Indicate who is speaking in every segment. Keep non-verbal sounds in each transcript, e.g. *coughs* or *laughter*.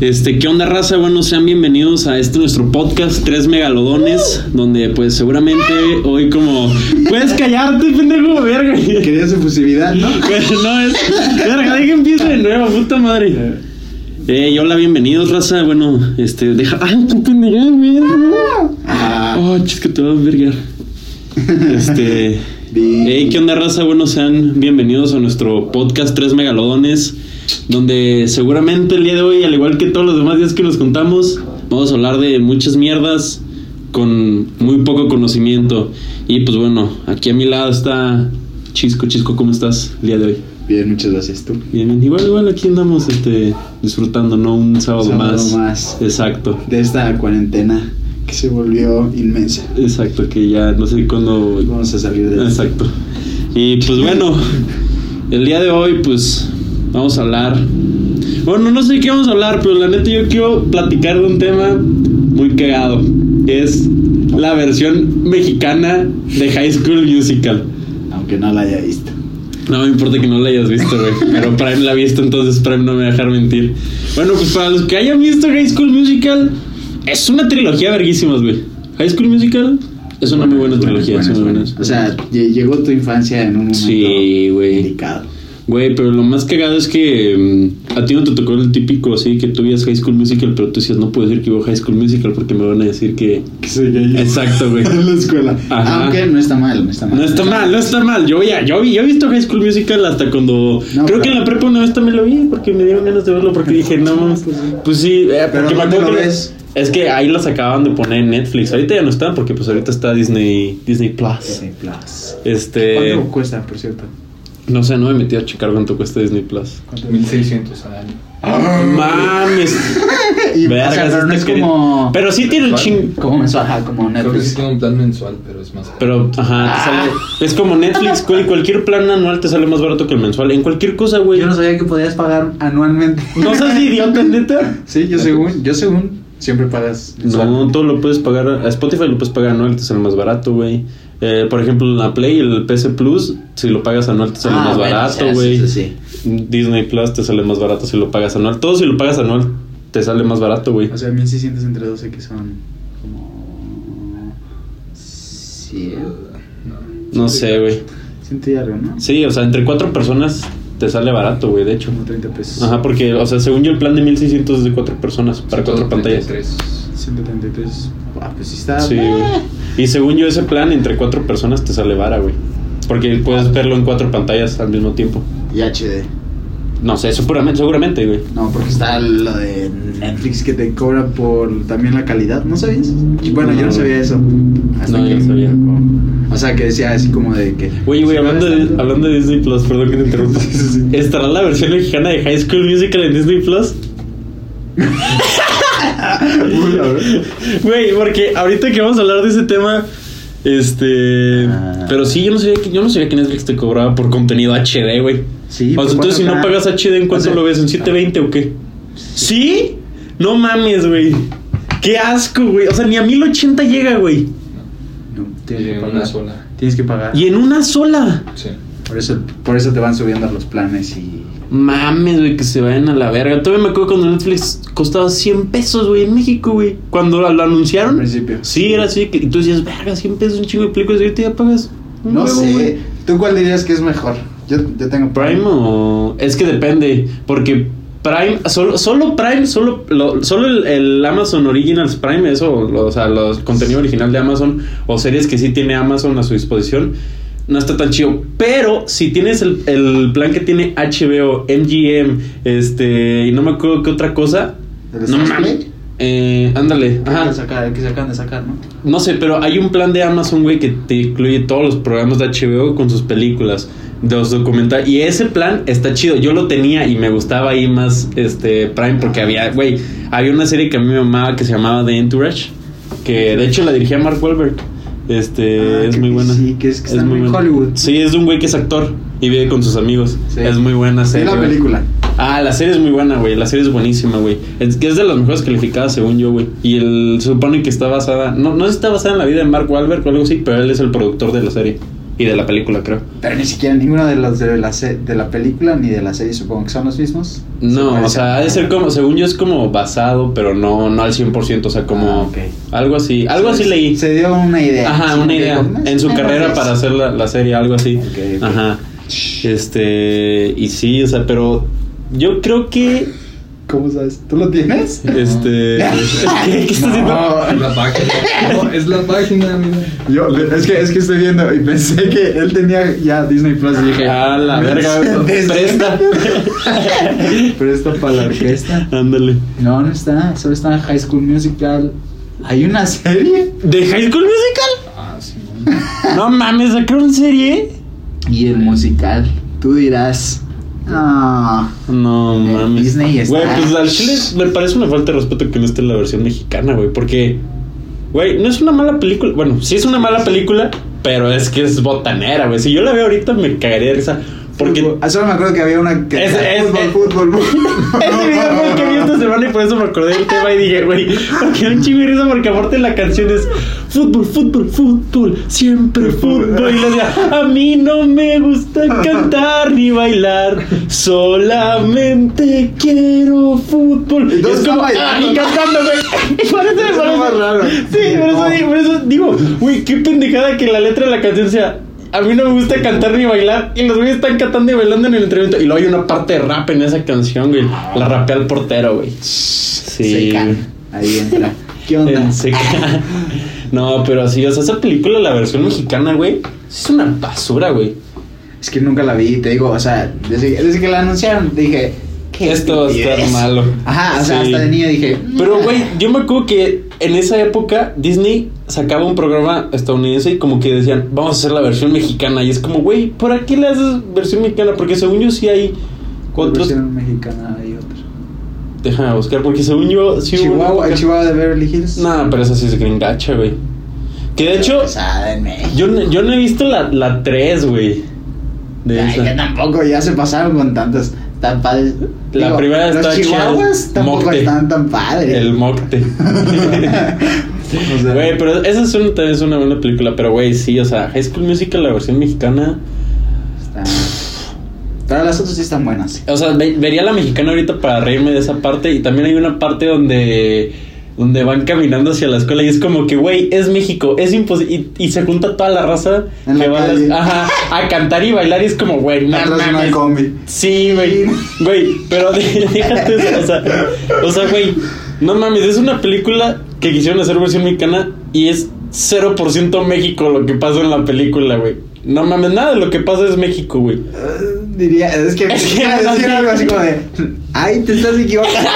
Speaker 1: Este, ¿qué onda raza? Bueno, sean bienvenidos a este nuestro podcast, Tres Megalodones, donde pues seguramente hoy como... ¿Puedes callarte, pendejo? Verga. *laughs*
Speaker 2: Querías efusividad, ¿no?
Speaker 1: Pero no es... Verga, deja empiezo de nuevo, puta madre. Eh, hola, bienvenidos, raza. Bueno, este, deja... ¡Ah, qué pendejo, verga!
Speaker 2: Ah,
Speaker 1: Oh, chis, que te vas a vergar. *laughs*
Speaker 2: *laughs*
Speaker 1: Este...
Speaker 2: Bien.
Speaker 1: Hey, ¿qué onda, raza? Bueno, sean bienvenidos a nuestro podcast Tres Megalodones, donde seguramente el día de hoy, al igual que todos los demás días que nos contamos, vamos a hablar de muchas mierdas con muy poco conocimiento. Y pues bueno, aquí a mi lado está Chisco. Chisco, ¿cómo estás el día de hoy?
Speaker 2: bien, muchas gracias tú.
Speaker 1: Bien, bien. igual, igual aquí andamos este, disfrutando, ¿no? Un sábado,
Speaker 2: Sábado
Speaker 1: más.
Speaker 2: más.
Speaker 1: Exacto.
Speaker 2: De esta cuarentena que se volvió inmensa.
Speaker 1: Exacto, que ya no sé cuándo
Speaker 2: Vamos a salir de esta.
Speaker 1: Exacto. Y pues bueno, el día de hoy pues vamos a hablar. Bueno, no sé qué vamos a hablar, pero la neta yo quiero platicar de un tema muy cagado, que es la versión mexicana de High School Musical.
Speaker 2: Aunque no la haya visto.
Speaker 1: No me importa que no la hayas visto, güey. Pero Prime la ha visto, entonces Prime no me va a dejar mentir. Bueno, pues para los que hayan visto High School Musical, es una trilogía verguísimas, güey. High School Musical es una muy buena trilogía. es una buena-
Speaker 2: O sea, lle- llegó tu infancia en un momento
Speaker 1: Sí, güey.
Speaker 2: indicado.
Speaker 1: Güey, pero lo más cagado es que mm, a ti no te tocó el típico así que tú veías High School Musical, pero tú decías, no puedo decir que veo High School Musical porque me van a decir que...
Speaker 2: Que soy gay.
Speaker 1: Exacto, güey.
Speaker 2: *laughs* en la escuela.
Speaker 1: Ajá.
Speaker 2: Aunque no está mal, no está mal.
Speaker 1: No está mal, no está mal. Yo ya, yo, vi- yo he visto High School Musical hasta cuando...
Speaker 2: No,
Speaker 1: creo
Speaker 2: pero-
Speaker 1: que en la prepa una vez también lo vi porque me dieron ganas de verlo porque dije, no, mames, pues sí. eh,
Speaker 2: Pero
Speaker 1: porque me
Speaker 2: ¿dónde
Speaker 1: acuerdo
Speaker 2: lo
Speaker 1: que-
Speaker 2: ves?
Speaker 1: Es que ahí las acababan de poner en Netflix. Ahorita ya no están porque pues ahorita está Disney, Disney Plus.
Speaker 2: Disney Plus.
Speaker 1: Este...
Speaker 2: ¿Cuánto cuesta, por cierto?
Speaker 1: No sé, no me metí a checar cuánto cuesta Disney Plus.
Speaker 2: ¿Cuánto
Speaker 3: 1600 al año. Ah,
Speaker 1: Mames.
Speaker 2: *laughs* Y, o sea,
Speaker 1: Vergas,
Speaker 2: pero no
Speaker 1: este
Speaker 2: es
Speaker 1: que-
Speaker 2: como...
Speaker 1: Pero sí tiene el
Speaker 3: Vale.
Speaker 1: ching.
Speaker 2: Como mensual, ajá, como
Speaker 3: Creo que
Speaker 2: Netflix.
Speaker 3: sí tiene un plan mensual, pero es más. caro.
Speaker 1: Pero, ajá, te sale-
Speaker 2: Ah.
Speaker 1: es como Netflix, cual- cualquier plan anual te sale más barato que el mensual. En cualquier cosa, güey.
Speaker 2: Yo no sabía que podías pagar anualmente.
Speaker 1: No
Speaker 2: *laughs*
Speaker 1: seas idiota, neta.
Speaker 2: Sí, yo según, yo según siempre pagas.
Speaker 1: No,
Speaker 2: mensual.
Speaker 1: todo lo puedes pagar. A Spotify lo puedes pagar anual, te sale más barato, güey. Eh, por ejemplo, la Play, el PC Plus, si lo pagas anual te sale
Speaker 2: Ah,
Speaker 1: más
Speaker 2: bueno, sí,
Speaker 1: barato,
Speaker 2: sí,
Speaker 1: güey.
Speaker 2: sí, sí.
Speaker 1: Disney Plus te sale más barato si lo pagas anual. Todo si lo pagas anual te sale más barato, güey.
Speaker 2: O sea, 1600 entre 12 que son como. Cien-
Speaker 1: No sé, güey.
Speaker 2: Ciento y algo, ¿no?
Speaker 1: Sí, o sea, entre cuatro personas te sale barato, güey, de hecho.
Speaker 2: Como 30 pesos.
Speaker 1: Ajá, porque, o sea, según yo el plan de 1600 es de cuatro personas para cuatro pantallas.
Speaker 3: 133.
Speaker 2: 133. Ah, pues sí está.
Speaker 1: Sí, güey. Y según yo ese plan entre cuatro personas te sale vara, güey. Porque puedes verlo en cuatro pantallas al mismo tiempo.
Speaker 2: Y HD.
Speaker 1: No sé, seguramente, seguramente, güey.
Speaker 2: No, porque está lo de Netflix que te cobra por también la calidad, ¿no sabías? Y Bueno, yo no
Speaker 1: No.
Speaker 2: sabía eso.
Speaker 1: No, yo
Speaker 2: que-
Speaker 1: no sabía.
Speaker 2: O sea, que decía así como de que.
Speaker 1: Güey, güey,
Speaker 2: si
Speaker 1: hablando
Speaker 2: pagas
Speaker 1: de,
Speaker 2: tanto-
Speaker 1: hablando de Disney Plus, perdón que te interrumpa.
Speaker 2: *laughs* Sí, sí, sí.
Speaker 1: ¿Estará la versión mexicana de High School Musical en Disney Plus?
Speaker 2: *laughs*
Speaker 1: Güey, porque ahorita que vamos a hablar de ese tema, este...
Speaker 2: Ah.
Speaker 1: Pero sí, yo no sabía que, yo no sabía que Netflix te cobraba por contenido HD, güey.
Speaker 2: Sí,
Speaker 1: o
Speaker 2: por
Speaker 1: sea, entonces si no
Speaker 2: 4K.
Speaker 1: pagas HD, ¿en cuánto
Speaker 2: O sea, ah.
Speaker 1: lo ves? ¿En 720 o qué? ¿Sí? No mames, güey. Qué asco, güey. O sea, ni a 1080 llega, güey.
Speaker 2: No, tienes que
Speaker 3: Tiene
Speaker 2: pagar.
Speaker 3: una sola.
Speaker 2: Tienes que pagar.
Speaker 1: Y en una sola.
Speaker 3: Sí.
Speaker 2: Por eso, por eso te van subiendo los planes y.
Speaker 1: Mames, güey, que se vayan a la verga. Todavía me acuerdo cuando Netflix costaba 100 pesos, güey, en México, güey. Cuando lo, lo
Speaker 2: Al
Speaker 1: anunciaron.
Speaker 2: principio.
Speaker 1: Sí, era así. que- Y tú decías, verga, 100 pesos, un chingo de películas. Y ahorita ya pagas. un
Speaker 2: No
Speaker 1: huevo,
Speaker 2: sé.
Speaker 1: güey.
Speaker 2: ¿Tú cuál dirías que es mejor? Yo, yo tengo
Speaker 1: Prime o. Es que depende. Porque Prime. Solo, solo Prime, solo, lo- solo el, el Amazon Originals Prime, eso, lo- o sea, los contenido original de Amazon o series que sí tiene Amazon a su disposición. No está tan chido. Pero si tienes el, el plan que tiene HBO, MGM, este. Y no me acuerdo qué otra cosa.
Speaker 2: ¿El
Speaker 1: No
Speaker 2: Stars
Speaker 1: mames.
Speaker 2: Play?
Speaker 1: Eh, ándale.
Speaker 2: Ajá.
Speaker 1: Ajá.
Speaker 2: Que sacar, que sacan de sacar, ¿no?
Speaker 1: No sé, pero hay un plan de Amazon, güey, que te incluye todos los programas de HBO con sus películas, de los documentales. Y ese plan está chido. Yo lo tenía y me gustaba ahí más este Prime porque había, güey, había una serie que a mí me amaba que se llamaba The Entourage, que de hecho la dirigía Mark Wahlberg. Este,
Speaker 2: Ah,
Speaker 1: es
Speaker 2: que
Speaker 1: muy buena.
Speaker 2: sí, que es que está en
Speaker 1: buena.
Speaker 2: Hollywood.
Speaker 1: Sí, es de un güey que es actor y vive con sus amigos.
Speaker 2: Sí.
Speaker 1: Es muy buena
Speaker 2: Sí,
Speaker 1: serie.
Speaker 2: la
Speaker 1: güey.
Speaker 2: película.
Speaker 1: Ah, la serie es muy buena, güey. La serie es buenísima, güey. Es, que es de las mejores calificadas, según yo, güey. Y él se supone que está basada. No, no está basada en la vida de Mark Wahlberg o algo así, pero él es el productor de la serie. y de la película, creo.
Speaker 2: Pero ni siquiera ninguna de las de la, se- de la película ni de la serie supongo que son los mismos. Se
Speaker 1: No,
Speaker 2: parecen.
Speaker 1: o sea, ha de ser como, según yo es como basado, pero no, no al 100%, o sea, como
Speaker 2: Ah, ok.
Speaker 1: algo así, algo así
Speaker 2: Se-
Speaker 1: leí.
Speaker 2: Se dio una idea.
Speaker 1: Ajá,
Speaker 2: Sí,
Speaker 1: una
Speaker 2: que
Speaker 1: idea.
Speaker 2: dijo, "Más
Speaker 1: En
Speaker 2: o
Speaker 1: su
Speaker 2: menos
Speaker 1: carrera
Speaker 2: es".
Speaker 1: para hacer la, la serie, algo así.
Speaker 2: Ok, ok.
Speaker 1: Ajá. Este. Y sí, o sea, pero. Yo creo que.
Speaker 2: ¿Cómo sabes? ¿Tú lo tienes?
Speaker 1: Este. *laughs* ¿Qué, qué estás
Speaker 3: *laughs*
Speaker 1: haciendo?
Speaker 3: No, la página. No, es la página, mira.
Speaker 2: Yo, es que, es que estoy viendo y pensé que él tenía ya Disney Plus y dije,
Speaker 1: A Ah, la verga,
Speaker 2: *laughs*
Speaker 1: *laughs*
Speaker 2: Desde-
Speaker 1: presta. *laughs*
Speaker 2: Presta para la orquesta.
Speaker 1: Ándale.
Speaker 2: No, no está, solo está High School Musical. ¿Hay una serie?
Speaker 1: ¿De High School Musical?
Speaker 3: Ah, sí,
Speaker 1: No mames, sacaron serie.
Speaker 2: Y el musical, tú dirás. Ah,
Speaker 1: No
Speaker 2: En
Speaker 1: mames.
Speaker 2: Disney está.
Speaker 1: Güey, pues al chile me parece una falta de respeto que no esté la versión mexicana, güey. Porque, güey, no es una mala película. Bueno, sí es una mala película, pero es que es botanera, güey. Si yo la veo ahorita me cagaría de risa. Porque
Speaker 2: fútbol. Ah, solo me acuerdo que había una que
Speaker 1: Es- es-
Speaker 2: fútbol,
Speaker 1: es-
Speaker 2: fútbol,
Speaker 1: *laughs*
Speaker 2: fútbol.
Speaker 1: ese video fue
Speaker 2: *laughs*
Speaker 1: el que vi esta semana y por eso me acordé del tema y dije, güey, porque un chingo de risa porque aparte la canción es fútbol, fútbol, fútbol, siempre fútbol. Y le decía, a mí no me
Speaker 2: *laughs*
Speaker 1: gusta cantar ni bailar, solamente quiero fútbol. Y es
Speaker 2: Entonces,
Speaker 1: como,
Speaker 2: está
Speaker 1: ah,
Speaker 2: bailando,
Speaker 1: y
Speaker 2: ¿no?
Speaker 1: cantando, güey.
Speaker 2: *laughs*
Speaker 1: Por eso
Speaker 2: Es
Speaker 1: por
Speaker 2: lo
Speaker 1: eso-
Speaker 2: más raro.
Speaker 1: Sí, por eso, digo- por eso digo, güey, qué pendejada que la letra de la canción sea. A mí no me gusta cantar ni bailar. Y los güeyes están cantando y bailando en el entrenamiento. Y luego hay una parte de rap en esa canción, güey. La rapea al portero, güey. Sí. Eh,
Speaker 2: Seca. Ahí entra. ¿Qué onda?
Speaker 1: En seca. *laughs* No, pero así, o sea, esa película, la versión mexicana, güey, es una basura, güey.
Speaker 2: Es que nunca la vi, te digo, o sea, desde, desde que la anunciaron dije, ¿qué
Speaker 1: Esto va a estar
Speaker 2: estupidez?
Speaker 1: malo.
Speaker 2: Ajá, o sea,
Speaker 1: Sí.
Speaker 2: hasta de niño dije, "Mm,
Speaker 1: Pero, güey, yo me acuerdo que en esa época Disney sacaba un programa estadounidense y como que decían, vamos a hacer la versión mexicana. Y es como, güey, ¿por qué le haces versión mexicana? Porque según yo sí hay
Speaker 2: otros
Speaker 1: otros...
Speaker 2: mexicana hay otro.
Speaker 1: Déjame buscar, porque según yo sí hubo una
Speaker 2: Chihuahua,
Speaker 1: época-
Speaker 2: el Chihuahua de Beverly Hills.
Speaker 1: Nah, pero esa sí es gringacha, güey. Que de hecho,
Speaker 2: Pasada en México.
Speaker 1: yo, no- yo no he visto la, la 3, güey. De
Speaker 2: Ay,
Speaker 1: esa.
Speaker 2: ya tampoco, ya se pasaron con tantas tan padres.
Speaker 1: La primera
Speaker 2: los
Speaker 1: está
Speaker 2: chihuahuas
Speaker 1: chida,
Speaker 2: tampoco
Speaker 1: Mocte.
Speaker 2: están tan padres.
Speaker 1: El mocte.
Speaker 2: O sea,
Speaker 1: Güey, pero esa es una, también es una buena película. Pero, güey, sí, o sea, High School Musical, la versión mexicana...
Speaker 2: *laughs* está- Pero las otras sí están buenas.
Speaker 1: O sea, ve- vería a la mexicana ahorita para reírme de esa parte. Y también hay una parte donde. Donde van caminando hacia la escuela y es como que, güey, es México, es imposible. Y, y se junta toda la raza
Speaker 2: En la
Speaker 1: que va a,
Speaker 2: calle.
Speaker 1: ajá, a cantar y bailar y es como, güey, no
Speaker 2: Atrás de una
Speaker 1: mames.
Speaker 2: combi.
Speaker 1: Sí, güey. Güey, pero de- *laughs* déjate eso. O sea, o sea, güey, no mames, es una película que quisieron hacer versión mexicana y es 0% México lo que pasa en la película, güey. No mames, nada de lo que pasa es México, güey.
Speaker 2: Eh, Diría, es que
Speaker 1: Es que
Speaker 2: iba a
Speaker 1: no
Speaker 2: decir
Speaker 1: sé.
Speaker 2: algo así como de, ay, te estás equivocando.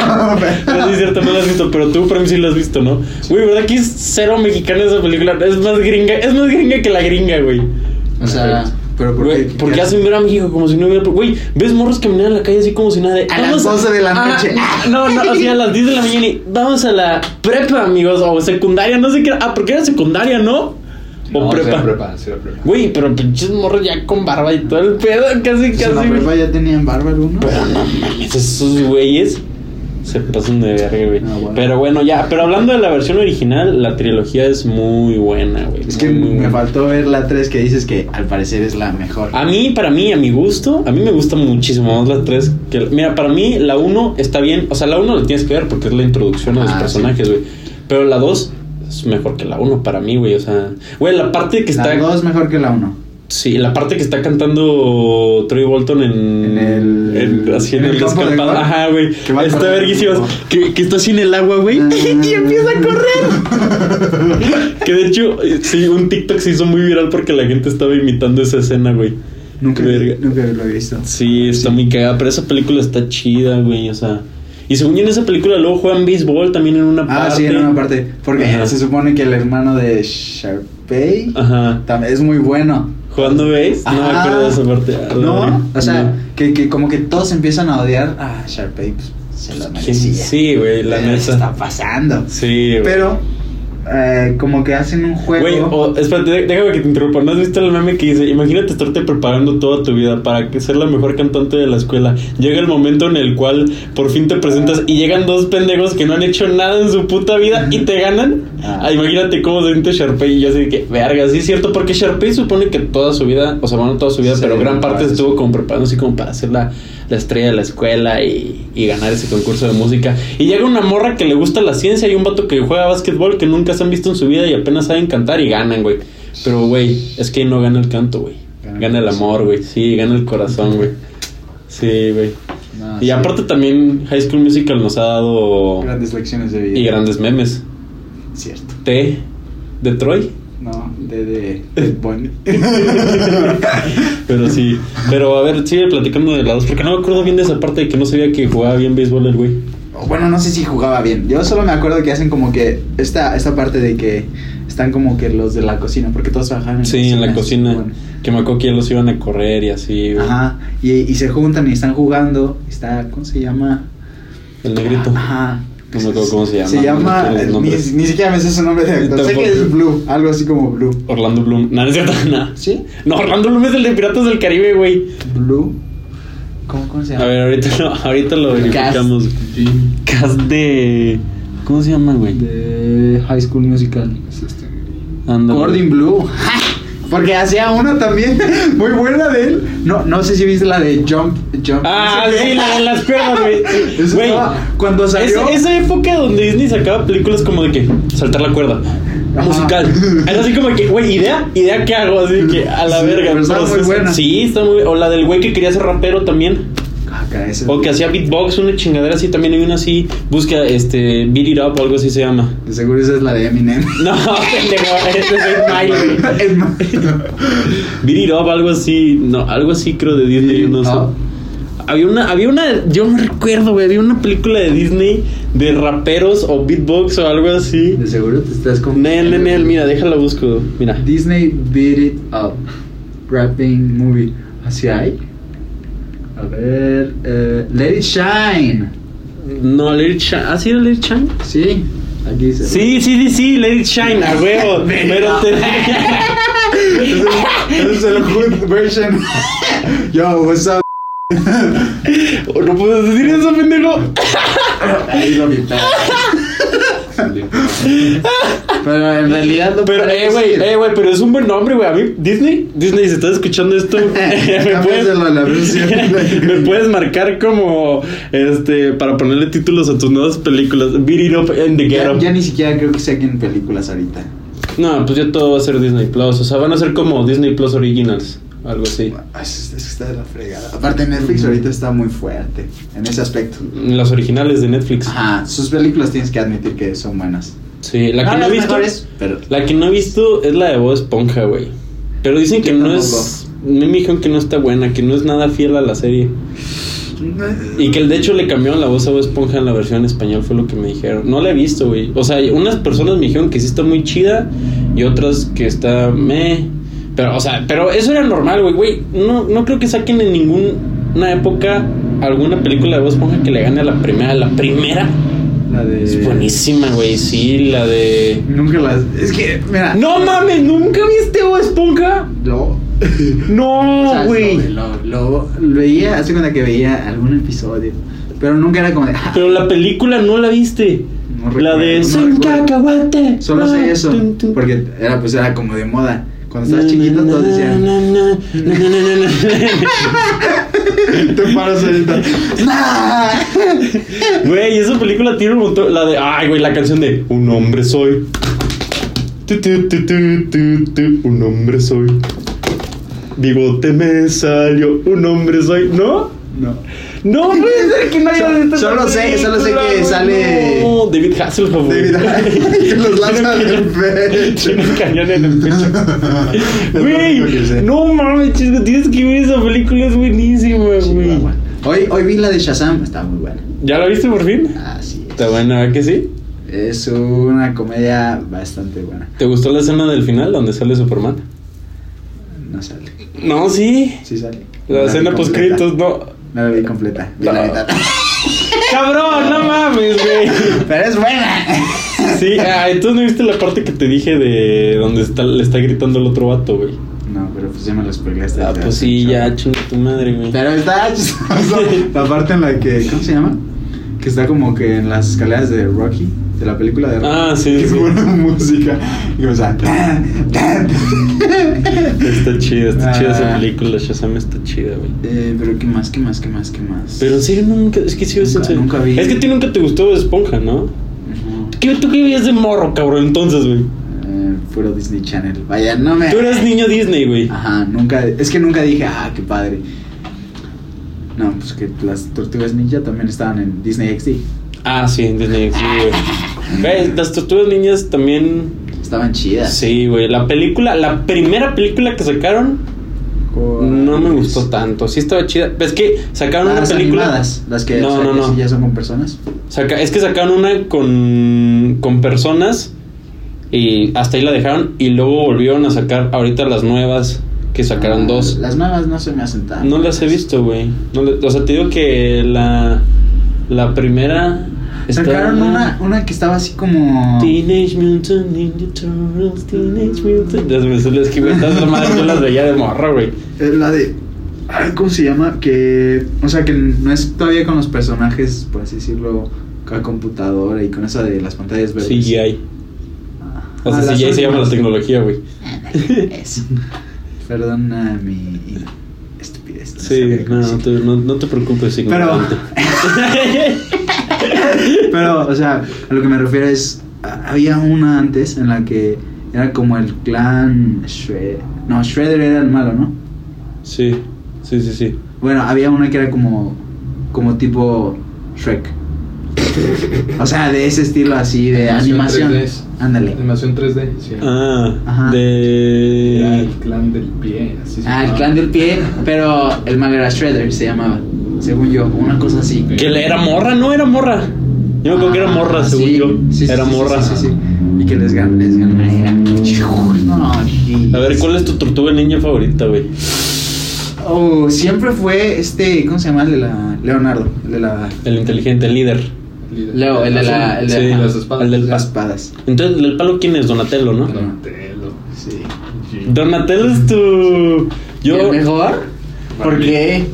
Speaker 1: *laughs* No, sí es cierto, no
Speaker 2: *laughs*
Speaker 1: lo has visto, pero tú, Prem, sí lo has visto, ¿no? Güey, ¿verdad que es cero mexicana esa película? Es más gringa, es más gringa que la gringa, güey.
Speaker 2: O sea, pero ¿por
Speaker 1: Güey,
Speaker 2: qué?
Speaker 1: porque hacen ver a México como si no hubiera... Güey, ves morros caminar en la calle así como si nada de...
Speaker 2: A las 12 de la
Speaker 1: Ah,
Speaker 2: noche.
Speaker 1: *laughs* No, no, o sea, a las 10 de la mañana y... Vamos a la prepa, amigos, o secundaria, no sé qué era. Ah, porque era secundaria, ¿no? O
Speaker 3: No, sí
Speaker 1: prepa.
Speaker 3: era prepa, sí era prepa.
Speaker 1: Güey, pero pinches morros ya con barba y todo el pedo, casi,
Speaker 2: Pues
Speaker 1: casi...
Speaker 2: en la prepa ya tenían barba algunos.
Speaker 1: Pero no mames, esos güeyes se pasan de verga, güey.
Speaker 2: Ah, bueno.
Speaker 1: Pero bueno, ya, pero hablando de la versión original, la trilogía es muy buena, güey.
Speaker 2: Es que
Speaker 1: muy, muy
Speaker 2: me
Speaker 1: buena.
Speaker 2: faltó ver la 3 que dices que al parecer es la mejor.
Speaker 1: A mí, para mí, a mi gusto, a mí me gusta muchísimo más la 3. Que la- mira, para mí la 1 está bien. O sea, la 1 la tienes que ver porque es la introducción a los
Speaker 2: Ah, sí.
Speaker 1: personajes, güey. Pero la 2 es mejor que la 1 para mí, güey. O sea, güey, la parte que está...
Speaker 2: La 2 mejor que la 1.
Speaker 1: Sí, la parte que está cantando Troy Bolton en,
Speaker 2: En el-
Speaker 1: en- así en,
Speaker 2: en
Speaker 1: el,
Speaker 2: el campo de
Speaker 1: descampado.
Speaker 2: golf.
Speaker 1: Ajá, güey.
Speaker 2: Que va
Speaker 1: Está
Speaker 2: corriendo.
Speaker 1: verguísimas. Que, que está así en el agua, güey. *laughs*
Speaker 2: Mm.
Speaker 1: *laughs* y empieza a correr. que de hecho, eh, sí, un TikTok se hizo muy viral porque la gente estaba imitando esa escena, güey.
Speaker 2: *laughs* Nunca,
Speaker 1: Verga.
Speaker 2: nunca lo he visto.
Speaker 1: Sí, está muy cagada. Pero esa película está chida, güey. O sea. Y según yo en esa película luego juegan béisbol también en una
Speaker 2: Ah,
Speaker 1: parte.
Speaker 2: sí, en una parte. Porque
Speaker 1: Ajá.
Speaker 2: se supone que el hermano de Sharpay
Speaker 1: Ajá.
Speaker 2: tam- es muy bueno.
Speaker 1: ¿Jugando béis? No me
Speaker 2: Ajá.
Speaker 1: acuerdo de esa parte. Ah,
Speaker 2: ¿No?
Speaker 1: güey.
Speaker 2: O sea,
Speaker 1: No.
Speaker 2: Que, que como que todos empiezan a odiar a Sharpay. Pues, se lo
Speaker 1: ¿Quién?
Speaker 2: merecía.
Speaker 1: Sí, güey, la
Speaker 2: Pero
Speaker 1: neta.
Speaker 2: se está pasando.
Speaker 1: Sí, güey.
Speaker 2: Pero eh, como que hacen un juego.
Speaker 1: Güey, o- espérate, dé- déjame que te interrumpa. ¿No has visto el meme que dice, imagínate estarte preparando toda tu vida para que ser la mejor cantante de la escuela? Llega el momento en el cual por fin te presentas y llegan dos pendejos que no han hecho nada en su puta vida y te ganan.
Speaker 2: Ah.
Speaker 1: Ah, imagínate cómo se siente Sharpay y yo así de que, verga, sí es cierto, porque Sharpay supone que toda su vida, o sea, bueno, toda su vida,
Speaker 2: Sí,
Speaker 1: pero gran parte
Speaker 2: parece.
Speaker 1: estuvo como preparándose así como para ser la, la estrella de la escuela y, y ganar ese concurso de música. Y llega una morra que le gusta la ciencia y un vato que juega básquetbol que nunca se han visto en su vida y apenas saben cantar y ganan, güey. Pero, güey, es que no gana el canto, güey.
Speaker 2: Gana el
Speaker 1: Gana el
Speaker 2: corazón.
Speaker 1: amor, güey. Sí, gana el corazón, güey. Sí, güey.
Speaker 2: No,
Speaker 1: Y
Speaker 2: sí.
Speaker 1: aparte también High School Musical nos ha dado...
Speaker 2: Grandes lecciones de vida.
Speaker 1: Y grandes memes.
Speaker 2: Cierto.
Speaker 1: T. De Troy.
Speaker 2: No, de. de. de
Speaker 1: *laughs*
Speaker 2: Bonnie.
Speaker 1: Pero sí, pero a ver, sigue platicando de la dos, porque no me acuerdo bien de esa parte de que no sabía que jugaba bien béisbol el güey.
Speaker 2: O *laughs* Bueno, no sé si jugaba bien. Yo solo me acuerdo que hacen como que esta, esta parte de que están como que los de la cocina, porque todos trabajaban en la
Speaker 1: Sí, en la cocina.
Speaker 2: cocina. Bueno.
Speaker 1: Que me acuerdo que ya los iban a correr y así, güey.
Speaker 2: Ajá, y, y se juntan y están jugando. Está, ¿cómo se llama?
Speaker 1: El negrito.
Speaker 2: Ajá.
Speaker 1: No me acuerdo cómo se llama.
Speaker 2: Se llama,
Speaker 1: No me acuerdo los
Speaker 2: ni,
Speaker 1: nombres.
Speaker 2: ni siquiera me sé su nombre de
Speaker 1: Yo
Speaker 2: actor. Sé
Speaker 1: tampoco.
Speaker 2: que es Blue, algo así como Blue.
Speaker 1: Orlando Bloom. No, no es cierto, *laughs* no.
Speaker 2: ¿Sí?
Speaker 1: No, Orlando Bloom es el de Piratas del Caribe, güey.
Speaker 2: Blue. ¿Cómo, cómo se
Speaker 1: A
Speaker 2: llama?
Speaker 1: ver, ahorita lo, ahorita lo verificamos.
Speaker 3: Jim
Speaker 1: Cast de. ¿Cómo se llama, güey?
Speaker 2: De High School Musical.
Speaker 3: es este.
Speaker 1: Ándale.
Speaker 2: Gordon Blue. *laughs* Porque hacía una también *laughs* muy buena de él. No, no sé si viste la de Jump. Jump.
Speaker 1: Ah,
Speaker 2: no sé qué.
Speaker 1: sí, la de las cuerdas, güey.
Speaker 2: *laughs* Eso
Speaker 1: Güey,
Speaker 2: estaba- cuando salió.
Speaker 1: Esa, esa época donde Disney sacaba películas como de que saltar la cuerda.
Speaker 2: Ajá.
Speaker 1: Musical. Es así como que, güey, idea, idea que hago, así de que a la
Speaker 2: Sí,
Speaker 1: verga.
Speaker 2: pero estaba muy
Speaker 1: Entonces,
Speaker 2: buena.
Speaker 1: Sí, está muy O la del güey que quería ser rapero también.
Speaker 2: Ah, caray, ese-
Speaker 1: O que hacía beatbox, una chingadera así también. Hay una así, busca este, beat it up o algo así se llama. *laughs*
Speaker 2: De seguro esa es la de Eminem.
Speaker 1: No, *laughs* pendejo, ese es Smiley.
Speaker 2: *laughs*
Speaker 1: *laughs*
Speaker 2: Es más.
Speaker 1: *coughs* Beat It Up, algo así, no, algo así creo de Disney,
Speaker 2: Beat
Speaker 1: no
Speaker 2: It
Speaker 1: sé.
Speaker 2: Up.
Speaker 1: Había una, había una, yo no recuerdo, güey, había una película de Disney de raperos o beatbox o algo así.
Speaker 2: De seguro te estás con.
Speaker 1: Nel, nel, nel, mira, déjala busco, mira.
Speaker 2: Disney Beat It Up. Rapping movie. ¿Así hay? A ver. eh, Let It Shine.
Speaker 1: No, Let It Shine, ¿ah, sí era Let It Shine?
Speaker 2: Sí, aquí dice.
Speaker 1: Sí, sí, sí, sí, Let It Shine, a huevo, pero te... *laughs*
Speaker 2: Es el- es el good version. Yo, what's up?
Speaker 1: Oh, no puedes decir eso, pendejo.
Speaker 2: Ahí lo vi. Pero en realidad lo
Speaker 1: Pero, eh, güey, eh, güey, pero es un buen nombre, güey, a mí, Disney, Disney, si estás escuchando
Speaker 2: *laughs*
Speaker 1: esto, *laughs* me puedes...
Speaker 2: Cámbiaselo a la versión.
Speaker 1: *laughs* Me puedes marcar como este para ponerle títulos a tus nuevas películas. Beat it up in the
Speaker 2: ya,
Speaker 1: ghetto.
Speaker 2: ya ni siquiera creo que saquen películas ahorita.
Speaker 1: No, pues ya todo va a ser Disney Plus. O sea, van a ser como Disney Plus Originals. Algo así.
Speaker 2: Ay, Es, es que está de la fregada. Aparte, Netflix ahorita está muy fuerte en ese aspecto.
Speaker 1: Las originales de Netflix.
Speaker 2: Ajá, sus películas tienes que admitir que son buenas.
Speaker 1: Sí, la que no,
Speaker 2: las
Speaker 1: he visto.
Speaker 2: mejores, pero
Speaker 1: La que no he visto es la de Bob Esponja, güey. Pero dicen que
Speaker 2: Yo
Speaker 1: no es. Me dijeron que no está buena, que no es nada fiel a la serie. Y que el- de hecho le cambiaron la voz a Bob Esponja en la versión en español, fue lo que me dijeron. No la he visto, güey. O sea, unas personas me dijeron que sí está muy chida y otras que está meh. Pero, o sea, pero eso era normal, güey. Güey, no, no creo que saquen en ninguna época alguna película de Bob Esponja que le gane a la primera. La primera
Speaker 2: la de.
Speaker 1: es buenísima, güey. Sí, la de.
Speaker 2: Nunca las. Es que, mira.
Speaker 1: ¡No mames! ¿Nunca viste Bob Esponja?
Speaker 2: Lo.
Speaker 1: ¡No,
Speaker 2: ¿sabes?
Speaker 1: güey!
Speaker 2: Lo, lo, lo veía, hace cuenta que veía algún episodio. Pero nunca era como de. "Ah".
Speaker 1: Pero la película no la viste.
Speaker 2: No recuerdo,
Speaker 1: la de
Speaker 2: no
Speaker 1: Soy un
Speaker 2: recuerdo.
Speaker 1: cacahuate.
Speaker 2: Solo sé
Speaker 1: Ah,
Speaker 2: eso.
Speaker 1: tun, tun.
Speaker 2: Porque era, pues, era como de moda. Cuando
Speaker 1: Na,
Speaker 2: estabas chiquito,
Speaker 1: na,
Speaker 2: todos
Speaker 1: na,
Speaker 2: decían.
Speaker 1: na, na, na, na, na, na, na.
Speaker 2: Te paras ahorita. "Nah".
Speaker 1: *laughs* Güey, esa película tiene un montón. La de. Ay, güey, la canción de Un hombre soy. Tu, tu, tu, tu, tu, tu, un hombre soy. Bigote me salió. Un hombre soy. ¿No?
Speaker 2: No. *laughs*
Speaker 1: No puede ser que no haya
Speaker 2: Solo-
Speaker 1: visto esa
Speaker 2: solo sé- solo sé
Speaker 1: película,
Speaker 2: que
Speaker 1: güey,
Speaker 2: sale-
Speaker 1: No, David Hasselhoff. güey. *laughs*
Speaker 2: David Hasselhoff, que los lanza
Speaker 1: Tiene un
Speaker 2: del
Speaker 1: cañón-
Speaker 2: pecho.
Speaker 1: Tiene un cañón en el pecho.
Speaker 2: *laughs* Es lo único que sé.
Speaker 1: Güey, no mames, chico, tienes que ver esa película, es buenísima, güey.
Speaker 2: Chihuahua. Hoy, hoy vi la de Shazam, está muy buena.
Speaker 1: ¿Ya la viste por fin?
Speaker 2: Así
Speaker 1: Está buena, ¿verdad que sí?
Speaker 2: es. Es una comedia bastante buena.
Speaker 1: ¿Te gustó la escena del final donde sale Superman?
Speaker 2: No sale.
Speaker 1: No, sí.
Speaker 2: Sí sale.
Speaker 1: La
Speaker 2: vi
Speaker 1: escena post
Speaker 2: completa.
Speaker 1: créditos, no.
Speaker 2: No la vi completa. Vi
Speaker 1: No.
Speaker 2: la mitad.
Speaker 1: Cabrón, no mames, güey.
Speaker 2: Pero es buena.
Speaker 1: *laughs* Sí, ah, entonces no viste la parte que te dije de donde está, le está gritando el otro vato, güey.
Speaker 2: No, pero pues ya me lo spoileaste.
Speaker 1: Ah,
Speaker 2: Ya,
Speaker 1: pues sí,
Speaker 2: chao.
Speaker 1: ya, chinga tu madre, güey.
Speaker 2: Pero está
Speaker 1: *laughs*
Speaker 2: chistoso. La parte en la que. ¿Cómo se llama? Que está como que en las escaleras de Rocky, de la película de Rocky.
Speaker 1: Ah, sí,
Speaker 2: Que
Speaker 1: sí.
Speaker 2: pone música. Y o sea. tan, tan.
Speaker 1: Está chida, está chida esa
Speaker 2: Ah.
Speaker 1: película, Shazam está chida, güey.
Speaker 2: Eh, pero qué más, qué más, qué más, qué más.
Speaker 1: Pero en serio, nunca, es que sí, es en
Speaker 2: Nunca-
Speaker 1: serio.
Speaker 2: nunca vi.
Speaker 1: Es que a ti nunca te gustó Bob Esponja, ¿no?
Speaker 2: Ujú.
Speaker 1: ¿Qué, ¿Tú qué veías de morro, cabrón, entonces, güey?
Speaker 2: Eh, puro Disney Channel. Vaya, no me.
Speaker 1: Tú eras niño Disney, güey.
Speaker 2: Ajá, nunca. Es que nunca dije, ah, qué padre. No, pues que las tortugas ninja también estaban en Disney XD.
Speaker 1: Ah, sí, en Disney, sí, güey. Güey, las tortugas niñas también...
Speaker 2: Estaban chidas.
Speaker 1: Sí, güey, la película, la primera película que sacaron
Speaker 2: Con- pues,
Speaker 1: no me gustó tanto. Sí estaba chida. Es que sacaron una
Speaker 2: Ah, Las
Speaker 1: película...
Speaker 2: animadas, las que
Speaker 1: No,
Speaker 2: o sea,
Speaker 1: no,
Speaker 2: que
Speaker 1: no.
Speaker 2: sí ya son con personas.
Speaker 1: Saca- es que sacaron una con, con personas y hasta ahí la dejaron y luego volvieron a sacar ahorita las nuevas que sacaron
Speaker 2: Ah,
Speaker 1: dos.
Speaker 2: Las nuevas no se me hacen tan.
Speaker 1: No las he visto, güey. No le- o sea, te digo que la, la primera... estaba-
Speaker 2: Sacaron una, una que estaba así como.
Speaker 1: Teenage Mutant Ninja Turtles, Teenage Mutant... Ya se me salió, es que, güey, todas esas madres yo las veía de morra, güey.
Speaker 2: Es eh, la de. ay, ¿Cómo se llama? Que. O sea, que no es todavía con los personajes, por así decirlo, a computadora y con esa de las pantallas verdes.
Speaker 1: CGI. O sea,
Speaker 2: Ah, las
Speaker 1: CGI se llama la
Speaker 2: últimas.
Speaker 1: tecnología, güey.
Speaker 2: Eso. Perdona mi estupidez. no
Speaker 1: Sí,
Speaker 2: sabía cómo
Speaker 1: no, no
Speaker 2: decir.
Speaker 1: te, no, no te preocupes, ignorante.
Speaker 2: *laughs* Pero, o sea, a lo que me refiero es. a- Había una antes en la que era como el clan Shredder. No, Shredder era el malo, ¿no?
Speaker 1: Sí, sí, sí, sí.
Speaker 2: Bueno, había una que era como. como tipo Shrek. O sea, de ese estilo así, de animación.
Speaker 3: 3D.
Speaker 2: Ándale.
Speaker 3: Animación 3D, sí.
Speaker 1: Ah,
Speaker 2: Ajá.
Speaker 3: Era
Speaker 1: de...
Speaker 3: el clan del pie, así se
Speaker 2: Ah, el
Speaker 3: llamaba.
Speaker 2: clan del pie, pero el malo era Shredder, se llamaba. Según yo, una cosa así.
Speaker 1: Que le era morra, no era morra. Yo me acuerdo que era morra,
Speaker 2: Ah,
Speaker 1: según
Speaker 2: sí,
Speaker 1: yo.
Speaker 2: sí, sí,
Speaker 1: era
Speaker 2: sí, sí,
Speaker 1: morra.
Speaker 2: Sí, sí, sí. Y que les ganó. Les ganó. Era... No, sí.
Speaker 1: A ver, ¿cuál es tu tortuga ninja favorita, güey?
Speaker 2: Oh, siempre fue este. ¿Cómo se llama? El de la. Leonardo. El de la.
Speaker 1: El inteligente, el líder.
Speaker 3: Líder.
Speaker 2: Leo, el de la- el de
Speaker 1: Sí,
Speaker 2: la-
Speaker 3: las espadas.
Speaker 1: el del
Speaker 2: las
Speaker 1: palo.
Speaker 2: espadas.
Speaker 1: Entonces, ¿el del palo quién es? Donatello, ¿no?
Speaker 3: Donatello.
Speaker 2: Sí.
Speaker 3: Sí.
Speaker 1: Donatello es tu... Yo...
Speaker 2: ¿El mejor? ¿Por qué?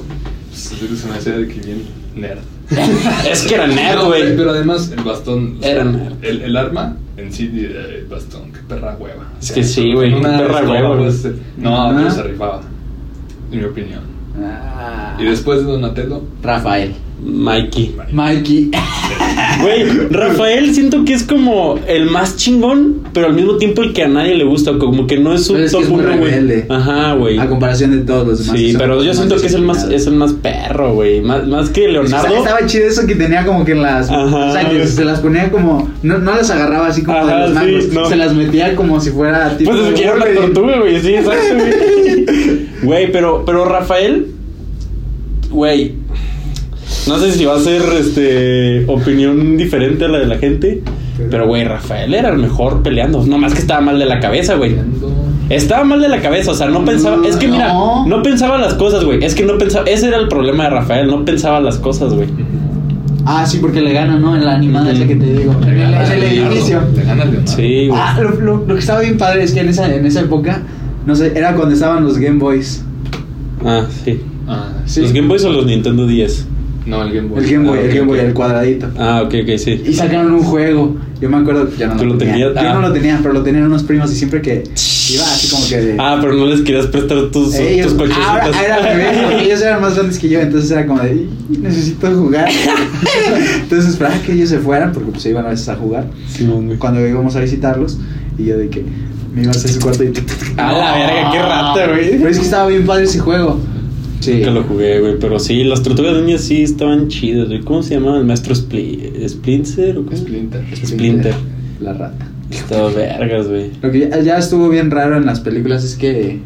Speaker 3: Pues, Se me hace de que bien nerd.
Speaker 1: *laughs* Es que era nerd,
Speaker 3: No,
Speaker 1: güey.
Speaker 3: Pero además, el bastón. o sea,
Speaker 1: Era nerd.
Speaker 3: El, el arma en sí, eh, el bastón, qué perra hueva. O
Speaker 1: Es
Speaker 3: sea,
Speaker 1: que sí, güey,
Speaker 3: una
Speaker 1: qué perra
Speaker 3: escoba
Speaker 1: hueva,
Speaker 3: puedes
Speaker 1: güey.
Speaker 3: hacer- No,
Speaker 2: Ajá.
Speaker 3: pero se rifaba. En mi opinión.
Speaker 2: Ah,
Speaker 3: Y después de Donatello,
Speaker 2: Rafael.
Speaker 1: Mikey.
Speaker 2: Ah, Mikey.
Speaker 1: Güey, Rafael siento que es como el más chingón, pero al mismo tiempo el que a nadie le gusta. Como que no es un
Speaker 2: Pero es que
Speaker 1: top
Speaker 2: es muy
Speaker 1: uno, güey.
Speaker 2: rebelde.
Speaker 1: Ajá, güey.
Speaker 2: A comparación de todos los demás. que
Speaker 1: Sí,
Speaker 2: son
Speaker 1: pero yo
Speaker 2: más
Speaker 1: siento que es el más, es el más perro, güey. Más, más que
Speaker 2: disciplinados.
Speaker 1: Leonardo.
Speaker 2: Estaba chido eso que tenía como que las.
Speaker 1: Ajá.
Speaker 2: o sea, que se las ponía como. No, no las agarraba así como
Speaker 1: Ajá,
Speaker 2: de los
Speaker 1: sí,
Speaker 2: mangos.
Speaker 1: no.
Speaker 2: Se las metía como si fuera tipo.
Speaker 1: Pues es que era una
Speaker 2: Wolverine.
Speaker 1: tortuga, güey. Sí, exacto,
Speaker 2: *laughs*
Speaker 1: güey. Güey, pero, pero Rafael, güey. No sé si va a ser este opinión diferente a la de la gente. Pero, güey, Rafael era el mejor peleando. No más que estaba mal de la cabeza, güey. Estaba mal de la cabeza, o sea, no pensaba. Es que mira,
Speaker 2: No.
Speaker 1: no pensaba las cosas, güey. Es que no pensaba. Ese era el problema de Rafael, no pensaba las cosas, güey.
Speaker 2: Ah, sí, porque le gana, ¿no? En la animada esa que te digo. En el, en el edificio.
Speaker 3: Le gana Leonardo.
Speaker 1: Sí, güey.
Speaker 2: Ah, lo, lo- lo que estaba bien padre es que en esa, en esa época, no sé, era cuando estaban los Game Boys.
Speaker 1: Ah, sí.
Speaker 3: Ah,
Speaker 2: Sí.
Speaker 1: ¿Los Game Boys o los Nintendo 10?
Speaker 3: No, el Game Boy.
Speaker 2: El Game Boy,
Speaker 1: Ah,
Speaker 2: el
Speaker 1: ok,
Speaker 2: Game Boy,
Speaker 1: ok.
Speaker 2: el cuadradito.
Speaker 1: Ah, ok, ok, sí.
Speaker 2: Y sacaron un juego. Yo me acuerdo que yo no
Speaker 1: ¿Tú lo
Speaker 2: tenía.
Speaker 1: tenías?
Speaker 2: Yo
Speaker 1: Ah.
Speaker 2: no lo tenía, pero lo tenían unos primos y siempre que iba así como que de.
Speaker 1: Ah, pero no les querías prestar tus,
Speaker 2: ellos,
Speaker 1: tus cochecitos.
Speaker 2: ahora, era al revés,
Speaker 1: *laughs*
Speaker 2: porque ellos eran más grandes que yo, entonces era como de, "Ih, necesito
Speaker 1: *laughs*
Speaker 2: jugar. entonces esperaba que ellos se fueran, porque pues se iban a veces a jugar.
Speaker 1: Simón, güey.
Speaker 2: Cuando íbamos a visitarlos, y yo de que me iba a hacer su cuarto y. Ah,
Speaker 1: A la verga, qué rata, güey.
Speaker 2: Pero es que estaba bien padre ese juego. Sí.
Speaker 1: Nunca lo jugué, güey, pero sí, las tortugas niñas sí estaban chidas, güey. ¿Cómo se llamaba el maestro Spli Splinter o qué?
Speaker 3: Splinter.
Speaker 1: Splinter.
Speaker 2: La rata.
Speaker 1: Estaba vergas, güey.
Speaker 2: Lo que ya, ya estuvo bien raro en las películas es que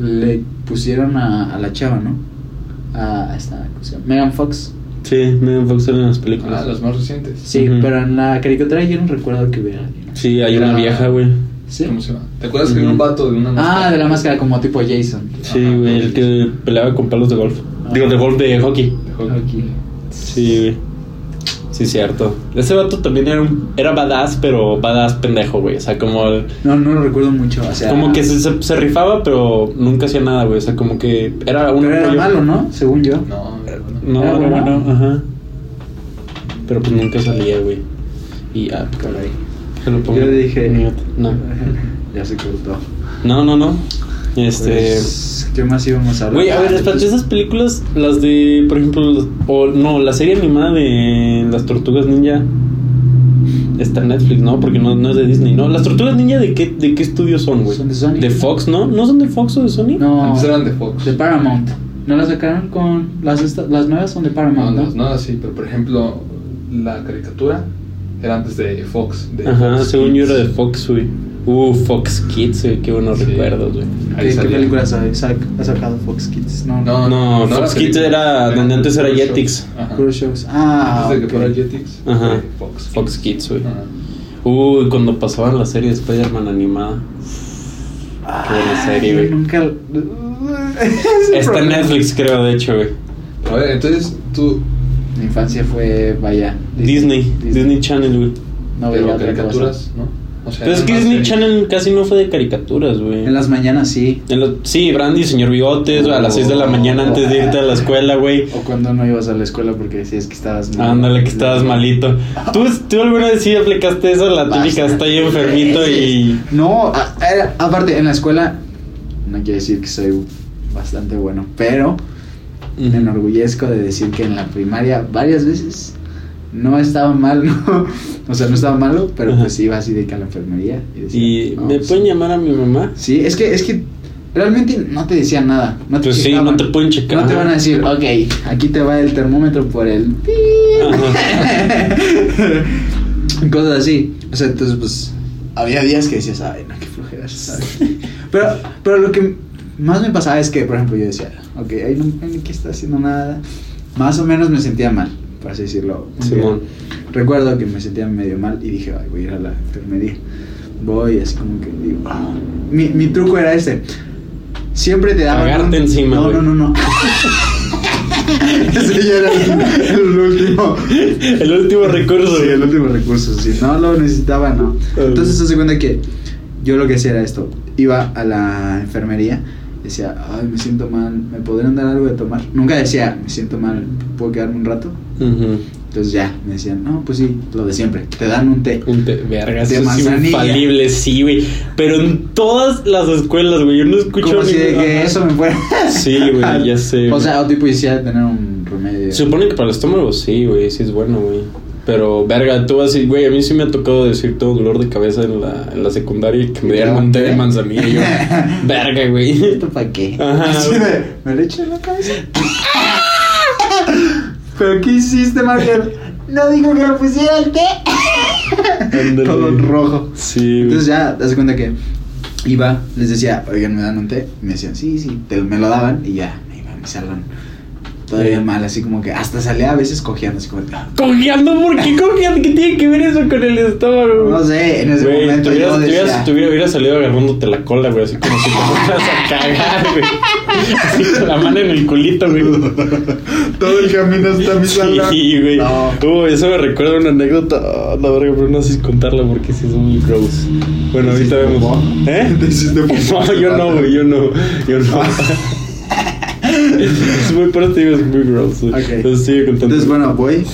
Speaker 2: le pusieron a, a la chava, ¿no? A esta, ¿cómo se llama? Megan Fox.
Speaker 1: Sí, me enfoqué en las
Speaker 3: Ah,
Speaker 1: películas.
Speaker 3: los más recientes.
Speaker 2: Sí,
Speaker 1: Ujú.
Speaker 2: pero en la caricatura yo no recuerdo que hubiera alguien.
Speaker 1: Sí, hay una
Speaker 3: Era-
Speaker 1: vieja, güey.
Speaker 2: ¿Sí?
Speaker 3: ¿Cómo se llama? ¿Te acuerdas que había un
Speaker 1: Ujú.
Speaker 3: vato de una máscara?
Speaker 2: Ah, de la máscara como tipo Jason.
Speaker 1: Sí, güey, el que peleaba con palos de golf.
Speaker 2: Ah.
Speaker 1: Digo, de golf de hockey.
Speaker 3: De hockey.
Speaker 2: Aquí.
Speaker 1: Sí, güey. Sí, cierto. Ese vato también era, un, era badass, pero badass pendejo, güey. O sea, como el-
Speaker 2: No, no lo recuerdo mucho. O sea,
Speaker 1: como que se, se- se rifaba, pero nunca hacía nada, güey. O sea, como que era un
Speaker 2: pero era
Speaker 1: apoyo-
Speaker 2: malo, ¿no? Según yo.
Speaker 3: No, no.
Speaker 1: No, era
Speaker 2: ¿Era bueno?
Speaker 1: bueno, ajá. Pero pues nunca salía, güey. Y ah,
Speaker 2: Caray.
Speaker 1: se lo pongo.
Speaker 2: Yo dije.
Speaker 1: mute. No.
Speaker 2: *laughs* ya se cortó.
Speaker 1: No, no, no. Este.
Speaker 2: Pues, ¿Qué más íbamos a hablar?
Speaker 1: Güey, a ver,
Speaker 2: Ah,
Speaker 1: espérate, esas películas, las de, por ejemplo, los- o no, la serie animada de las Tortugas Ninja está en Netflix, ¿no? Porque no, no es de Disney, ¿no? ¿Las Tortugas Ninja de qué, de qué estudio son, güey?
Speaker 2: Son de Sony.
Speaker 1: Fox, ¿no? ¿No son de Fox o de Sony?
Speaker 2: No.
Speaker 3: Antes Ah, pues eran de Fox.
Speaker 2: De Paramount. ¿No las sacaron con. Las, esta- las nuevas son de
Speaker 3: No,
Speaker 2: Paramount, ¿no?
Speaker 3: no, no, sí, pero por ejemplo, la caricatura era antes de Fox. De
Speaker 1: Ajá,
Speaker 3: Fox
Speaker 1: según yo
Speaker 3: Kids.
Speaker 1: era de Fox, güey. Uh, Fox Kids, güey, qué buenos
Speaker 3: Sí.
Speaker 1: recuerdos, güey.
Speaker 3: Ahí
Speaker 2: ¿Qué, qué
Speaker 3: salía.
Speaker 2: películas ha, sac- ha sacado Fox Kids? No,
Speaker 3: No,
Speaker 1: No,
Speaker 3: era
Speaker 1: Fox Kids
Speaker 3: película,
Speaker 1: era donde antes era
Speaker 3: Cruise
Speaker 1: Jetix.
Speaker 3: Shows. Ajá.
Speaker 2: Cruise Shows. Ah,
Speaker 3: Antes de que
Speaker 2: ok.
Speaker 3: fuera Jetix,
Speaker 1: Ajá.
Speaker 3: fue Fox.
Speaker 1: Fox Kids, güey.
Speaker 3: Ajá.
Speaker 1: Uy, cuando pasaban la serie de Spider-Man animada. Qué buena serie,
Speaker 2: Ay,
Speaker 1: güey.
Speaker 2: Nunca. *laughs*
Speaker 1: Está en Netflix, creo, de hecho, güey.
Speaker 3: A ver, entonces tú,
Speaker 2: Mi infancia fue, vaya.
Speaker 1: Disney, Disney, Channel, güey.
Speaker 2: No veía otra
Speaker 3: pero
Speaker 2: cosa.
Speaker 3: caricaturas, ¿no? O sea,
Speaker 1: Pero es
Speaker 3: eran
Speaker 1: que
Speaker 3: más
Speaker 1: Disney
Speaker 3: series.
Speaker 1: Channel casi no fue de caricaturas, güey.
Speaker 2: En las mañanas sí.
Speaker 1: En los- sí, Brandy, señor Bigotes, güey, a las 6 de la mañana antes de irte a la escuela, güey.
Speaker 2: O cuando no ibas a la escuela porque decías que estabas mal.
Speaker 1: Ándale, que estabas malito. ¿Tú, tú alguna vez sí aplicaste eso, la típica,
Speaker 2: Bastante
Speaker 1: está ahí enfermito y...
Speaker 2: No, a- era- aparte, en la escuela. No quiere decir que soy bastante bueno, pero me enorgullezco de decir que en la primaria varias veces no estaba mal, ¿no? *laughs* o sea, no estaba malo, pero pues
Speaker 1: Ajá.
Speaker 2: iba así de que a la enfermería. Y, decía,
Speaker 1: Y
Speaker 2: "No,
Speaker 1: me
Speaker 2: pues,
Speaker 1: pueden llamar a mi mamá. *laughs*
Speaker 2: Sí, es que, es que realmente no te decían nada. No te
Speaker 1: Pues sí,
Speaker 2: checaban.
Speaker 1: no te pueden checar.
Speaker 2: No te van a decir, ok, aquí te va el termómetro por el... pi". *laughs* Cosas así. O sea, entonces pues había días que decías, ay, no, qué flojera, ¿sabes? Pero, pero lo que más me pasaba es que, por ejemplo, yo decía, ok, ahí no, ahí no que está haciendo nada. Más o menos me sentía mal, por así decirlo.
Speaker 1: Simón.
Speaker 2: Recuerdo que me sentía medio mal y dije, ay, voy a ir a la enfermería. Voy, así como que digo, "Ah". mi, mi truco era este. Siempre te daban.
Speaker 1: Cagarte
Speaker 2: un-
Speaker 1: encima,
Speaker 2: No,
Speaker 1: güey.
Speaker 2: no, no,
Speaker 1: *laughs*
Speaker 2: no. Ese ya era el, el último.
Speaker 1: El último recurso. Ah.
Speaker 2: Sí, el último recurso. Si no lo necesitaba, no. Entonces se hace cuenta que yo lo que hacía era esto. Iba a la enfermería, decía, ay, me siento mal, ¿me podrían dar algo de tomar? Nunca decía, me siento mal, ¿puedo quedarme un rato?
Speaker 1: Ujú.
Speaker 2: Entonces ya, me decían, no, pues sí, lo de siempre, te dan un té.
Speaker 1: Un te- Verga,
Speaker 2: De
Speaker 1: eso es
Speaker 2: manzanilla.
Speaker 1: infalible, sí, güey. Pero en todas las escuelas, güey, yo no escucho...
Speaker 2: Como si de
Speaker 1: ningún-
Speaker 2: que
Speaker 1: Ajá.
Speaker 2: eso me fuera.
Speaker 1: *laughs* Sí, güey, ya sé,
Speaker 2: O
Speaker 1: güey.
Speaker 2: sea, o tipo, quisiera tener un remedio.
Speaker 1: Se supone que para el estómago sí, güey, sí es bueno, güey. Pero, verga, tú vas y, güey, a mí sí me ha tocado decir todo dolor de cabeza en la, en la secundaria y que me dieran un té de manzanilla.
Speaker 2: *laughs*
Speaker 1: y yo, verga, güey.
Speaker 2: *laughs* ¿Esto para qué?
Speaker 1: *laughs* Ajá,
Speaker 2: Así
Speaker 1: güey.
Speaker 2: de, me lo echo en la cabeza. *laughs* ¿Pero qué hiciste, Markel? No dijo que me pusiera el té.
Speaker 1: *laughs* Ándale.
Speaker 2: Todo en rojo.
Speaker 1: Sí, güey.
Speaker 2: Entonces ya, te das cuenta que iba, les decía, oigan, me dan un té. Y me decían, sí, sí, te- me lo daban y ya, me iba a mi salón. Todavía
Speaker 1: Sí.
Speaker 2: mal, así como que hasta salía a veces cojeando, así como, "Ah".
Speaker 1: ¿Cojeando? ¿Por qué cojeando? ¿Qué tiene que ver eso con el estómago?
Speaker 2: no sé, en ese
Speaker 1: Güey, te
Speaker 2: momento
Speaker 1: hubieras,
Speaker 2: yo
Speaker 1: te
Speaker 2: decía,
Speaker 1: hubieras- te hubiera- hubieras salido agarrándote la cola, güey, así como si te fueras a cagar, güey.
Speaker 2: *laughs*
Speaker 1: Así con la mano en el culito, güey.
Speaker 2: Todo el camino hasta mi salón.
Speaker 1: Sí, güey.
Speaker 2: No.
Speaker 1: Uh, eso me recuerda una anécdota. ah, la verga, pero no sé si contarla porque sí es muy gross. Bueno,
Speaker 2: ¿Te
Speaker 1: ahorita
Speaker 2: hiciste
Speaker 1: vemos.
Speaker 2: popó?
Speaker 1: ¿Eh?
Speaker 2: ¿Te *laughs* hiciste
Speaker 1: *laughs*
Speaker 2: popó? Ah.
Speaker 1: No, yo no, güey, yo no. Yo no. *laughs* es muy por eso te digo, es muy gross. güey.
Speaker 2: Ok.
Speaker 1: Entonces sigue contando.
Speaker 2: Entonces, bueno, voy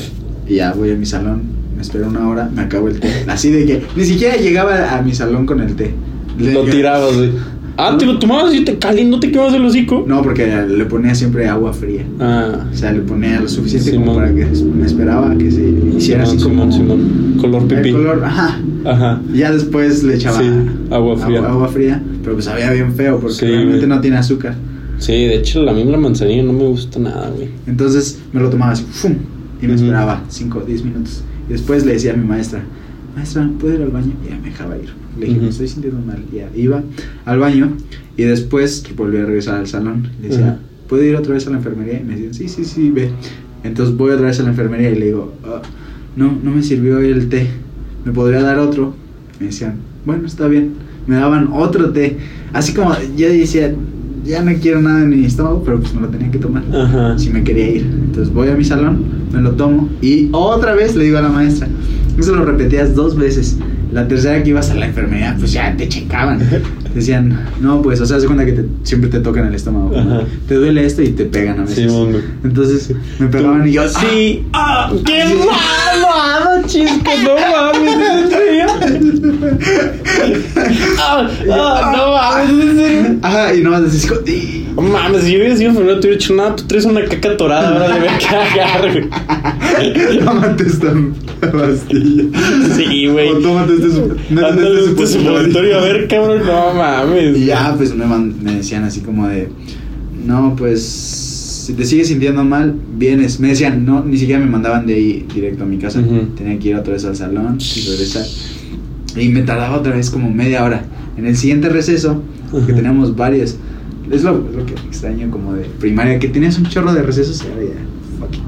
Speaker 2: y ya voy a mi salón, me espero una hora, me acabo el té. Así de que ni siquiera llegaba a mi salón con el té. Le-
Speaker 1: lo tirabas, güey. Ah, te lo tomabas y te cali, no te quemabas el hocico.
Speaker 2: No, porque le ponía siempre agua fría.
Speaker 1: Ah.
Speaker 2: O sea, le ponía lo suficiente como
Speaker 1: Simón.
Speaker 2: para que me esperaba que se hiciera
Speaker 1: Simón, Simón,
Speaker 2: así como
Speaker 1: Simón. Color
Speaker 2: el
Speaker 1: pipí.
Speaker 2: color, ah. ajá.
Speaker 1: Ajá.
Speaker 2: Ya después le echaba
Speaker 1: Sí, agua fría.
Speaker 2: Agua, agua fría, pero pues sabía bien feo porque
Speaker 1: Sí,
Speaker 2: realmente
Speaker 1: güey.
Speaker 2: no tiene azúcar.
Speaker 1: Sí, de hecho, la misma manzanilla no me gusta nada, güey.
Speaker 2: Entonces me lo tomaba así, ¡fum! Y me
Speaker 1: Ujú.
Speaker 2: esperaba 5 o 10 minutos. Y después le decía a mi maestra, maestra, ¿puedo ir al baño? Y ya me dejaba ir. Le dije,
Speaker 1: Ujú.
Speaker 2: me estoy sintiendo mal. Y ya iba al baño y después volví a regresar al salón. Le decía, ¿puedo ir otra vez a la enfermería? Y me decían, sí, sí, sí, ve. Entonces voy otra vez a la enfermería y le digo, "Ah, no, no me sirvió el té. ¿Me podría dar otro? Me decían, bueno, está bien. Me daban otro té. Así como yo decía, ya no quiero nada en mi estómago, pero pues me lo tenía que tomar.
Speaker 1: Ajá.
Speaker 2: Si me quería ir. Entonces voy a mi salón, me lo tomo y otra vez le digo a la maestra. Eso lo repetías dos veces. La tercera que ibas a la enfermedad, pues ya
Speaker 1: *laughs*
Speaker 2: te checaban. Decían, no, pues, o sea, se cuenta que te- siempre te tocan el estómago. ¿no?
Speaker 1: Ajá.
Speaker 2: Te duele esto y te pegan a veces.
Speaker 1: Simón, güey.
Speaker 2: Entonces me pegaban y yo,
Speaker 1: Sí. ¡Ah! ¡Qué
Speaker 2: Sí.
Speaker 1: malo, Ada, chisco! ¡No mames! ¿Es en serio? ¡Ah! ah, ¡No mames! ¿Es en serio?
Speaker 2: Ajá, y nomás decís, "Joder".
Speaker 1: No mames, si yo hubiera sido enfermero, te hubiera hecho nada. Tú traes una caca torada ahora de ver cagar, güey.
Speaker 2: *laughs* Tómate esta pastilla.
Speaker 1: Sí, güey.
Speaker 2: O tómate este su- no,
Speaker 1: Ándale
Speaker 2: este
Speaker 1: a este
Speaker 2: supositorio.
Speaker 1: supositorio, a ver, cabrón. No mames.
Speaker 2: Y ya, pues me, man- me decían así como de, no, pues si te sigues sintiendo mal, vienes. Me decían, no, ni siquiera me mandaban de ahí directo a mi casa.
Speaker 1: Ujú.
Speaker 2: Tenía que ir otra vez al salón y regresar. Y me tardaba otra vez como media hora. En el siguiente receso,
Speaker 1: Ujú.
Speaker 2: que teníamos varios, es lo, lo que extraño como de primaria, que tenías un chorro de recesos y ahora ya, fuck it.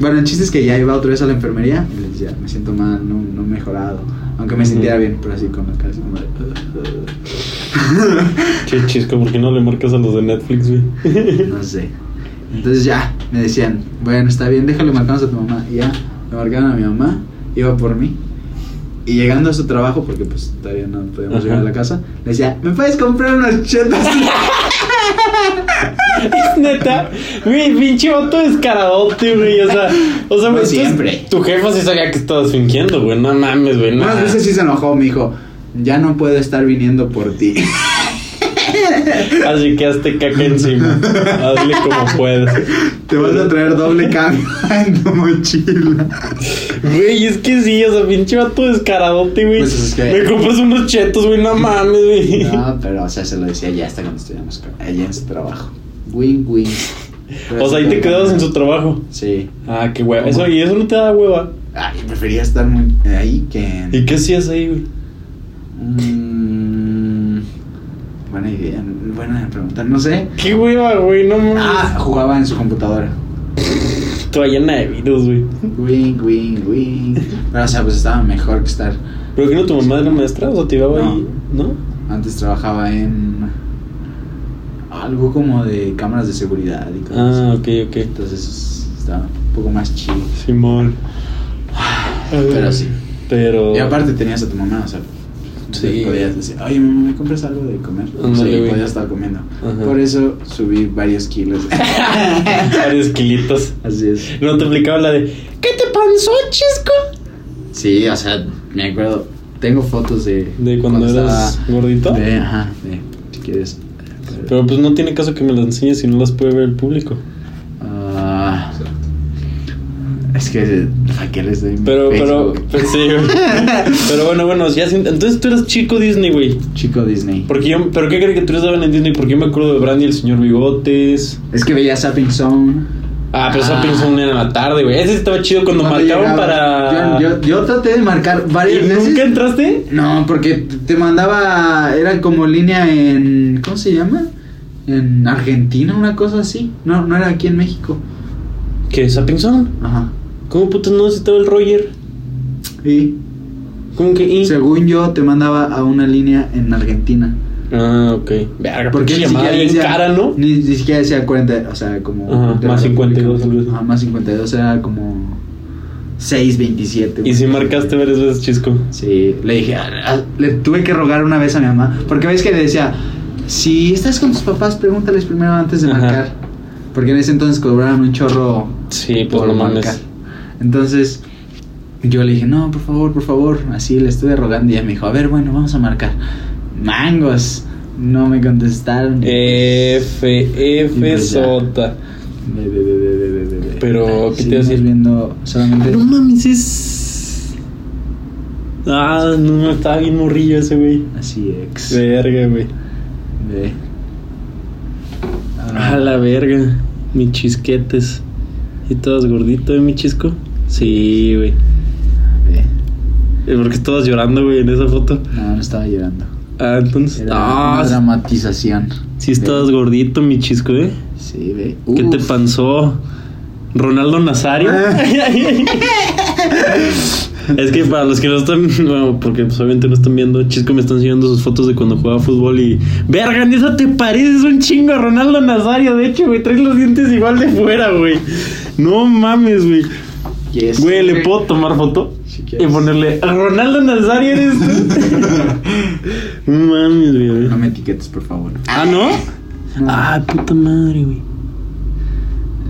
Speaker 2: Bueno, el chiste es que ya iba otra vez a la enfermería y les decía, me siento mal, no, no he mejorado. Aunque me
Speaker 1: Ujú.
Speaker 2: sintiera bien, pero así con la cara así como de...
Speaker 1: Che, chisco, ¿por qué no le marcas a los de Netflix, güey?
Speaker 2: No sé. Entonces ya, me decían, bueno, está bien, déjale, marcamos a tu mamá. Y ya, le marcaron a mi mamá, iba por mí. Y llegando a su trabajo, porque pues todavía no podíamos
Speaker 1: Ajá.
Speaker 2: llegar a la casa, le decía, ¿me puedes comprar
Speaker 1: *laughs*
Speaker 2: unos chetos?
Speaker 1: Neta, güey, pinche vato descaradote, güey. O sea, o sea, güey, tú-
Speaker 2: No Pues siempre.
Speaker 1: Tu jefa sí sabía que estabas fingiendo, güey. No mames, güey. No.
Speaker 2: Unas veces sí se enojó, me dijo, ya no puedo estar viniendo por ti.
Speaker 1: Así que hazte caca encima. Hazle como puedas.
Speaker 2: Te vas a traer doble cambio *laughs* en
Speaker 1: *laughs*
Speaker 2: tu mochila.
Speaker 1: Güey, es que sí, o sea, pinche vato descaradote, güey.
Speaker 2: Pues es que-
Speaker 1: Me compras unos chetos, güey. No mames, güey.
Speaker 2: No, pero o sea, se lo decía ya hasta cuando estuvimos con- allá en su trabajo. Win, win.
Speaker 1: o sea, ahí te quedabas en su trabajo.
Speaker 2: Sí.
Speaker 1: Ah, qué hueva. Eso, y eso no te da hueva.
Speaker 2: Ay, Ah, prefería estar muy- eh, ahí que en...
Speaker 1: ¿Y qué hacías ahí, güey?
Speaker 2: Mm, buena idea, buena pregunta, no sé.
Speaker 1: Qué hueva, güey. No mames.
Speaker 2: Ah, jugaba en su computadora.
Speaker 1: Toda llena de virus, güey.
Speaker 2: Wing, wing, wing. Pero, o sea, pues estaba mejor que estar.
Speaker 1: ¿Pero que no tu mamá era maestra? O sea, te llevaba
Speaker 2: No.
Speaker 1: ahí, ¿no?
Speaker 2: Antes trabajaba en algo como de cámaras de seguridad y cosas.
Speaker 1: Ah,
Speaker 2: así.
Speaker 1: ok, ok.
Speaker 2: Entonces estaba un poco más chido.
Speaker 1: Simón.
Speaker 2: Pero sí.
Speaker 1: Pero.
Speaker 2: Y aparte tenías a tu mamá, o sea,
Speaker 1: Oh. Sí.
Speaker 2: sí. podías decir, oye mamá, ¿me compras algo de comer?
Speaker 1: Ándale,
Speaker 2: sí,
Speaker 1: güey.
Speaker 2: podías estar comiendo.
Speaker 1: Ajá.
Speaker 2: Por eso subí varios kilos.
Speaker 1: *laughs* *laughs* Varios kilitos.
Speaker 2: Así es.
Speaker 1: No te aplicaba la de. ¿Qué te panzó, chisco?
Speaker 2: Sí, o sea, me acuerdo. Tengo fotos de.
Speaker 1: De cuando eras
Speaker 2: estaba-
Speaker 1: gordito.
Speaker 2: De, ajá, de. Si quieres. eh,
Speaker 1: Pero pues no tiene caso que me las enseñes si no las puede ver el público.
Speaker 2: Ah,
Speaker 3: Exacto.
Speaker 2: es que. ¿A qué les doy mi
Speaker 1: Pero, pero,
Speaker 2: Facebook?
Speaker 1: pues, sí,
Speaker 2: *laughs*
Speaker 1: güey. Pero bueno, bueno, ya sin- entonces tú eras chico Disney, güey.
Speaker 2: Chico Disney.
Speaker 1: Porque yo, pero qué caricaturas daban en Disney? Porque yo me acuerdo de Brandy y el señor Bigotes.
Speaker 2: Es que veía Sapping Zone.
Speaker 1: Ah, pero esa
Speaker 2: Ah.
Speaker 1: pinzón era en la tarde, güey. Ese estaba chido cuando marcaban
Speaker 2: llegaba.
Speaker 1: para.
Speaker 2: Yo, yo, yo traté de marcar varias
Speaker 1: ¿Y
Speaker 2: veces.
Speaker 1: nunca entraste?
Speaker 2: No, porque te mandaba. Era como línea en. ¿Cómo se llama? En Argentina, una cosa así. No, no era aquí en México.
Speaker 1: ¿Qué? ¿Sapinson?
Speaker 2: Ajá.
Speaker 1: ¿Cómo putas no? Si estaba el Roger.
Speaker 2: Y.
Speaker 1: ¿Cómo que? y?
Speaker 2: Según yo, te mandaba a una línea en Argentina.
Speaker 1: Ah, ok. Verga,
Speaker 2: Porque
Speaker 1: porque
Speaker 2: ni
Speaker 1: llamada
Speaker 2: siquiera
Speaker 1: bien
Speaker 2: decía.
Speaker 1: cara, ¿no?
Speaker 2: Ni, ni siquiera decía 40, o sea, como.
Speaker 1: Ajá,
Speaker 2: de
Speaker 1: más
Speaker 2: la
Speaker 1: 52
Speaker 2: República.
Speaker 1: algo así.
Speaker 2: Ajá, más 52 era como. 627.
Speaker 1: Y si marcaste varias veces, chisco.
Speaker 2: Sí, le dije. "Ah, ah", Le tuve que rogar una vez a mi mamá. Porque veis que le decía. Si estás con tus papás, pregúntales primero antes de
Speaker 1: Ajá.
Speaker 2: marcar. Porque en ese entonces cobraban un chorro
Speaker 1: Sí, pues
Speaker 2: por
Speaker 1: no
Speaker 2: marcar.
Speaker 1: mames.
Speaker 2: Entonces yo le dije, no, por favor, por favor. Así le estuve rogando y ella me dijo, a ver, bueno, vamos a marcar. Mangos. No me contestaron.
Speaker 1: Eh, F,
Speaker 2: Y
Speaker 1: F,
Speaker 2: pues ya.
Speaker 1: Sota.
Speaker 2: Ve, ve, ve, ve, ve, ve, ve, ve.
Speaker 1: Pero, ¿qué te iba a
Speaker 2: Seguimos
Speaker 1: decir?
Speaker 2: viendo solamente.
Speaker 1: No mames, es. Ah, no, estaba bien morrillo ese, güey.
Speaker 2: Así ex.
Speaker 1: Verga, güey.
Speaker 2: Ve.
Speaker 1: A la verga. Mis chisquetes. ¿Y todas gordito, eh, mi chisco? Sí, güey.
Speaker 2: Ve.
Speaker 1: Eh, ¿Por qué estabas llorando, güey, en esa foto?
Speaker 2: No, no estaba llorando.
Speaker 1: Ah, entonces.
Speaker 2: Era
Speaker 1: Ah,
Speaker 2: una dramatización.
Speaker 1: sí,
Speaker 2: Ve.
Speaker 1: estabas gordito, mi chisco, eh.
Speaker 2: Sí, ve.
Speaker 1: ¿Qué te
Speaker 2: Uf.
Speaker 1: panzó? ¿Ronaldo Nazario? Es que para los que no están, bueno, porque pues, obviamente no están viendo, Chisco me están enseñando sus fotos de cuando jugaba fútbol y. Verga, en eso te pareces un chingo a Ronaldo Nazario. De hecho, güey, traes los dientes igual de fuera, güey. No mames, güey.
Speaker 2: Yes.
Speaker 1: Güey, ¿le puedo tomar foto?
Speaker 2: Si
Speaker 1: Y
Speaker 2: quieres.
Speaker 1: ponerle, Ronaldo Nazario eres tú. No mames, güey.
Speaker 2: No me etiquetes, por favor. Ah.
Speaker 1: Ah, ¿no? Ah. Ay, puta madre, güey.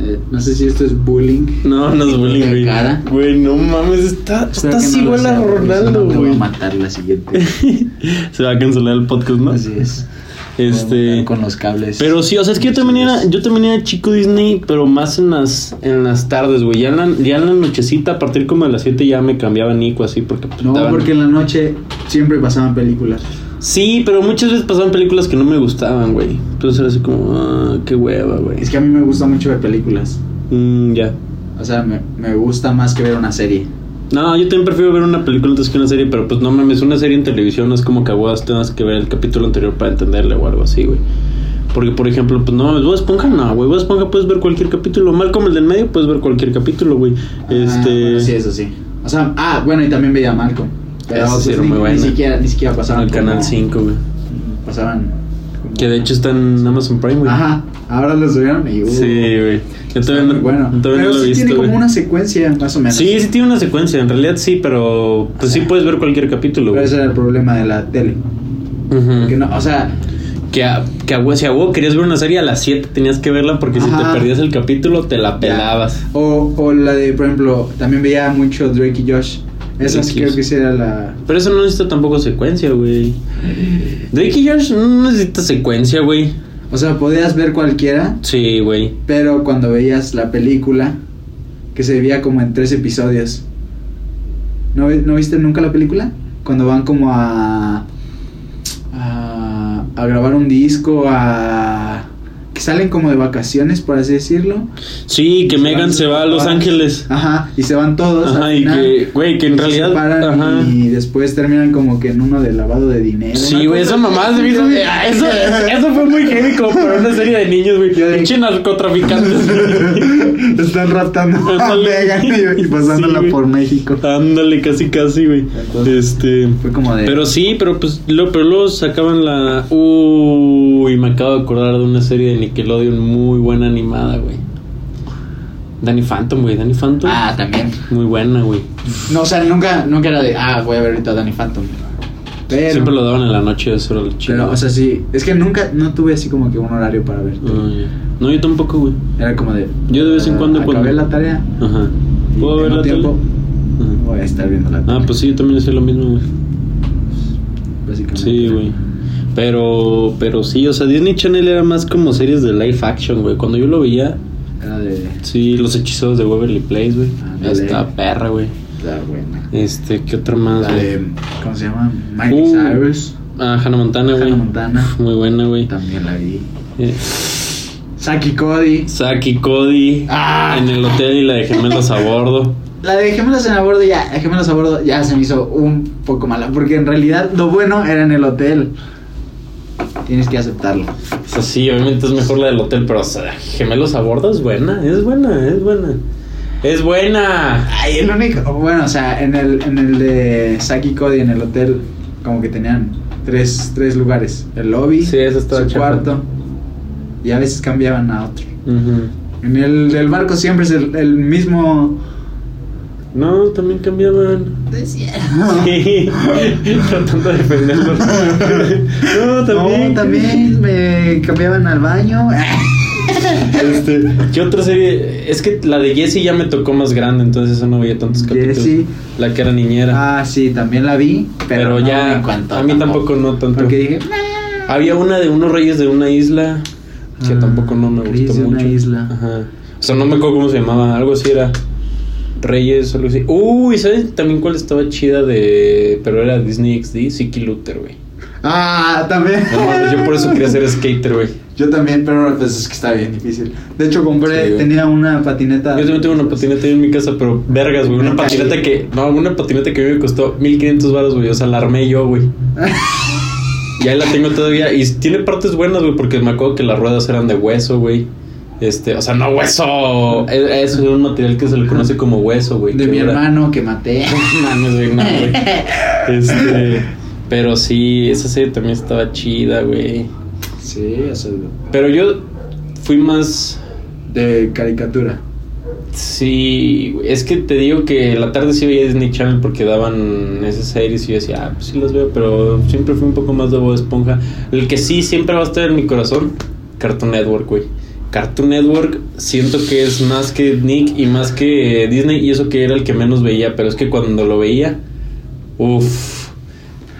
Speaker 2: Eh, no sé si esto es bullying.
Speaker 1: No, no es bullying, güey.
Speaker 2: Cara.
Speaker 1: Güey, no mames, está,
Speaker 2: Espero
Speaker 1: estás
Speaker 2: que no lo
Speaker 1: igual
Speaker 2: sea,
Speaker 1: a
Speaker 2: porque si no
Speaker 1: Ronaldo,
Speaker 2: te voy
Speaker 1: güey.
Speaker 2: a matar
Speaker 1: *laughs*
Speaker 2: la siguiente.
Speaker 1: Se va a cancelar el podcast, ¿no?
Speaker 2: Así es. Voy a
Speaker 1: Este.
Speaker 2: matar Con los cables.
Speaker 1: Pero sí, o sea, es que yo también era, yo también era chico Disney, pero más en las, en las tardes, güey. Ya en la, ya en la nochecita, a partir como de las 7 ya me cambiaba Nico así, porque pues,
Speaker 2: No,
Speaker 1: daban-
Speaker 2: porque en la noche siempre pasaban películas.
Speaker 1: Sí, pero muchas veces pasaban películas que no me gustaban, güey. Entonces era así como, ah, qué hueva, güey.
Speaker 2: Es que a mí me gusta mucho ver películas.
Speaker 1: Mm, ya.
Speaker 2: O sea, me, me gusta más que ver una serie.
Speaker 1: No, yo también prefiero ver una película antes que una serie, pero pues no mames, una serie en televisión no es como que vos tengas que ver el capítulo anterior para entenderle o algo así, güey. Porque, por ejemplo, pues no mames, Bob Esponja no, güey. Bob Esponja puedes ver cualquier capítulo. Mal como el del medio, puedes ver cualquier capítulo, güey.
Speaker 2: Ah,
Speaker 1: Este.
Speaker 2: bueno, sí, eso sí. O sea, ah, bueno, y también veía a Malcolm. Pero
Speaker 1: Ese sí
Speaker 2: pues,
Speaker 1: era
Speaker 2: ni,
Speaker 1: muy
Speaker 2: ni
Speaker 1: bueno.
Speaker 2: siquiera, ni siquiera
Speaker 1: en
Speaker 2: pasaban.
Speaker 1: el canal
Speaker 2: como-
Speaker 1: 5, güey.
Speaker 2: Pasaban. como-
Speaker 1: Que de hecho está en Amazon Prime, güey.
Speaker 2: Ajá, ahora lo subieron y. uh,
Speaker 1: Sí, güey. Yo
Speaker 2: está
Speaker 1: todavía
Speaker 2: muy
Speaker 1: no,
Speaker 2: bueno.
Speaker 1: todavía
Speaker 2: pero
Speaker 1: no lo he
Speaker 2: sí
Speaker 1: visto.
Speaker 2: tiene como
Speaker 1: güey.
Speaker 2: una secuencia, más o menos.
Speaker 1: Sí, sí tiene una secuencia, en realidad sí, pero pues sí puedes ver cualquier capítulo,
Speaker 2: Pero
Speaker 1: güey.
Speaker 2: ese era el problema de la tele.
Speaker 1: Ujú.
Speaker 2: Porque no, o sea,
Speaker 1: Que a, que a hue- si a huevo querías ver una serie a las 7 tenías que verla porque si
Speaker 2: Ajá.
Speaker 1: te perdías el capítulo te la pelabas.
Speaker 2: O, o la de, por ejemplo, también veía mucho Drake y Josh. Esa
Speaker 1: Drake y
Speaker 2: creo
Speaker 1: Josh.
Speaker 2: que sí era la.
Speaker 1: Pero eso no necesita tampoco secuencia, güey. Drake y Josh no necesita secuencia, güey.
Speaker 2: O sea, podías ver cualquiera,
Speaker 1: Sí, güey.
Speaker 2: pero cuando veías la película, que se veía como en tres episodios. ¿No, vi- no viste nunca la película? Cuando van como a. a, a grabar un disco, a. que salen como de vacaciones, por así decirlo.
Speaker 1: Sí, que
Speaker 2: Y
Speaker 1: Megan
Speaker 2: van
Speaker 1: se
Speaker 2: sus
Speaker 1: va a Los
Speaker 2: papás.
Speaker 1: Ángeles.
Speaker 2: Ajá, y se van todos.
Speaker 1: Ajá,
Speaker 2: al
Speaker 1: y
Speaker 2: final.
Speaker 1: que, güey, que en
Speaker 2: se
Speaker 1: realidad.
Speaker 2: separan
Speaker 1: Ajá.
Speaker 2: y después terminan como que en uno de lavado de dinero.
Speaker 1: Sí,
Speaker 2: Una
Speaker 1: güey,
Speaker 2: cosa
Speaker 1: esa mamá se me hizo. Ah, Eso, eso fue muy heavy como para una serie de niños, güey.
Speaker 2: Yo de-
Speaker 1: Pinche narcotraficantes, güey.
Speaker 2: *laughs* Están raptando a
Speaker 1: Ándale.
Speaker 2: Megan y, y pasándola
Speaker 1: Sí, güey.
Speaker 2: por México.
Speaker 1: Ándale, casi, casi, güey.
Speaker 2: Entonces,
Speaker 1: Este.
Speaker 2: Fue como de.
Speaker 1: Pero sí, pero pues lo, pero luego sacaban la. Uy, me acabo de acordar de una serie de Nickelodeon muy buena animada, güey. Danny Phantom, güey, Danny Phantom.
Speaker 2: ah, también.
Speaker 1: Muy buena, güey.
Speaker 2: No, o sea, nunca, nunca era de. Ah, voy a ver ahorita a Danny Phantom. Pero.
Speaker 1: Siempre lo daban en la noche, eso era lo chido.
Speaker 2: pero, o sea, sí. Es que nunca, no tuve así como que un horario para ver.
Speaker 1: Ah, ya. No, yo tampoco, güey.
Speaker 2: Era como de.
Speaker 1: Yo de vez en
Speaker 2: ah,
Speaker 1: cuando, cuando-
Speaker 2: Acabé la tarea.
Speaker 1: Ajá.
Speaker 2: y
Speaker 1: ¿Puedo ver
Speaker 2: tengo
Speaker 1: la tele?
Speaker 2: tiempo,
Speaker 1: Ajá.
Speaker 2: Voy a estar viendo la tele.
Speaker 1: Ah, pues sí, yo también hacía lo mismo, güey.
Speaker 2: Básicamente.
Speaker 1: Sí, güey. Pero, pero sí, o sea, Disney Channel era más como series de live action, güey. Cuando yo lo veía,
Speaker 2: Era de.
Speaker 1: sí, los hechizados de Waverly Place, güey.
Speaker 2: Ándale.
Speaker 1: Esta perra, güey.
Speaker 2: La buena.
Speaker 1: Este, ¿qué otra más,
Speaker 2: La
Speaker 1: güey?
Speaker 2: de. ¿Cómo se llama? Miley
Speaker 1: Uh,
Speaker 2: Cyrus.
Speaker 1: Ah, Hannah Montana, güey.
Speaker 2: Hannah Montana.
Speaker 1: Muy buena, güey.
Speaker 2: También la vi.
Speaker 1: Eh,
Speaker 2: Saki Cody.
Speaker 1: Saki Cody.
Speaker 2: Ah.
Speaker 1: En el hotel y la de gemelos a bordo.
Speaker 2: La de gemelos en a bordo ya, de gemelos a bordo ya se me hizo un poco mala, porque en realidad lo bueno era en el hotel. Tienes que aceptarlo.
Speaker 1: O sea, sí, obviamente es mejor la del hotel, pero o sea, gemelos a bordo es buena, es buena, es buena. ¡Es buena!
Speaker 2: Ay, el único, bueno, o sea, en el, en el de Saki Cody en el hotel, como que tenían tres, tres lugares, el lobby,
Speaker 1: Sí, eso estaba
Speaker 2: su
Speaker 1: chafa.
Speaker 2: cuarto, y a veces cambiaban a otro.
Speaker 1: Ujú.
Speaker 2: En el del barco siempre es el, el mismo...
Speaker 1: No, también cambiaban. Sí, *laughs* tratando de defenderlo. No, también.
Speaker 2: No, también me cambiaban al baño.
Speaker 1: Este, ¿Qué otra serie? Es que la de Jessie ya me tocó más grande, entonces eso no veía tantos capítulos.
Speaker 2: Jessie.
Speaker 1: La que era niñera.
Speaker 2: Ah, sí, también la vi, pero,
Speaker 1: pero
Speaker 2: no
Speaker 1: ya.
Speaker 2: me encantó
Speaker 1: a mí tampoco, no tanto.
Speaker 2: Porque dije,
Speaker 1: Había una de unos reyes de una isla que
Speaker 2: Ah,
Speaker 1: tampoco no me
Speaker 2: Reyes
Speaker 1: gustó
Speaker 2: de
Speaker 1: mucho.
Speaker 2: una isla.
Speaker 1: Ajá. O sea, no me acuerdo cómo se llamaba, algo así era. Reyes o algo así. Uy, ¿sabes también cuál estaba chida de. Pero era Disney XD, Siki Luther, güey.
Speaker 2: ah, también.
Speaker 1: No mames, yo por eso quería
Speaker 2: *laughs*
Speaker 1: ser skater, güey.
Speaker 2: Yo también, pero pues es que está bien difícil. De hecho, compré,
Speaker 1: Sí, güey.
Speaker 2: tenía una patineta.
Speaker 1: Yo también tengo una patineta ahí en mi casa, pero vergas, güey. Una
Speaker 2: Nunca
Speaker 1: patineta
Speaker 2: vi.
Speaker 1: que. No, una patineta que a mí me costó 1500 baros, güey. O sea, la armé yo,
Speaker 2: *laughs*
Speaker 1: güey. Y ahí la tengo todavía. Y tiene partes buenas, güey, porque me acuerdo que las ruedas eran de hueso, güey. Este, o sea, no hueso. Es, es un material que se le conoce como hueso, güey.
Speaker 2: De
Speaker 1: que
Speaker 2: mi
Speaker 1: dura-
Speaker 2: hermano que maté.
Speaker 1: *laughs* No mames, güey, no, güey.
Speaker 2: *laughs*
Speaker 1: Este, pero sí, esa serie también estaba chida, güey.
Speaker 2: Sí, eso
Speaker 1: Pero yo fui más.
Speaker 2: De caricatura.
Speaker 1: Sí, güey, es que te digo que la tarde sí veía Disney Channel porque daban esas series y yo decía, ah, pues sí las veo, pero siempre fui un poco más de Bob Esponja. El que sí siempre va a estar en mi corazón, Cartoon Network, güey. Cartoon Network siento que es más que Nick y más que eh, Disney y eso que era el que menos veía, pero es que cuando lo veía, uff.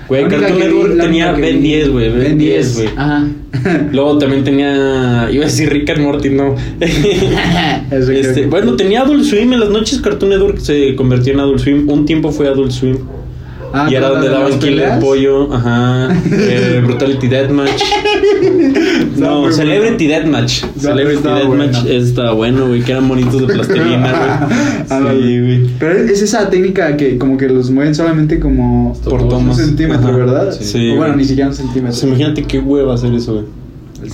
Speaker 1: Güey,
Speaker 2: La única
Speaker 1: Cartoon
Speaker 2: que vi-
Speaker 1: Network
Speaker 2: la
Speaker 1: tenía
Speaker 2: única que
Speaker 1: Ben
Speaker 2: vi.
Speaker 1: 10, güey. Ben 10, güey.
Speaker 2: Ajá.
Speaker 1: *laughs* Luego también tenía. Iba a decir Rick and Morty,
Speaker 2: *laughs*
Speaker 1: no.
Speaker 2: Eso creo
Speaker 1: Este,
Speaker 2: que-
Speaker 1: bueno, tenía Adult Swim. En las noches Cartoon Network se convirtió en Adult Swim. Un tiempo fue Adult Swim.
Speaker 2: Ah,
Speaker 1: y era
Speaker 2: ¿todas
Speaker 1: donde
Speaker 2: las
Speaker 1: daban Killer
Speaker 2: peleas? *laughs*
Speaker 1: Pollo. Ajá. eh, Brutality Deathmatch.
Speaker 2: Estaba
Speaker 1: no,
Speaker 2: muy
Speaker 1: Celebrity Deathmatch.
Speaker 2: Estaba-
Speaker 1: Celebrity
Speaker 2: estaba
Speaker 1: Deathmatch
Speaker 2: buena.
Speaker 1: estaba bueno, güey. Que eran monitos de
Speaker 2: *laughs*
Speaker 1: plastilina, güey.
Speaker 2: Ándale.
Speaker 1: Sí, güey.
Speaker 2: Ah, Pero es esa técnica que como que los mueven solamente como
Speaker 1: Por
Speaker 2: un
Speaker 1: tomas.
Speaker 2: centímetro,
Speaker 1: Ajá.
Speaker 2: ¿verdad?
Speaker 1: Sí.
Speaker 2: O bueno,
Speaker 1: güey.
Speaker 2: ni siquiera un
Speaker 1: Pues
Speaker 2: centímetro.
Speaker 1: imagínate qué hueva hacer eso, güey.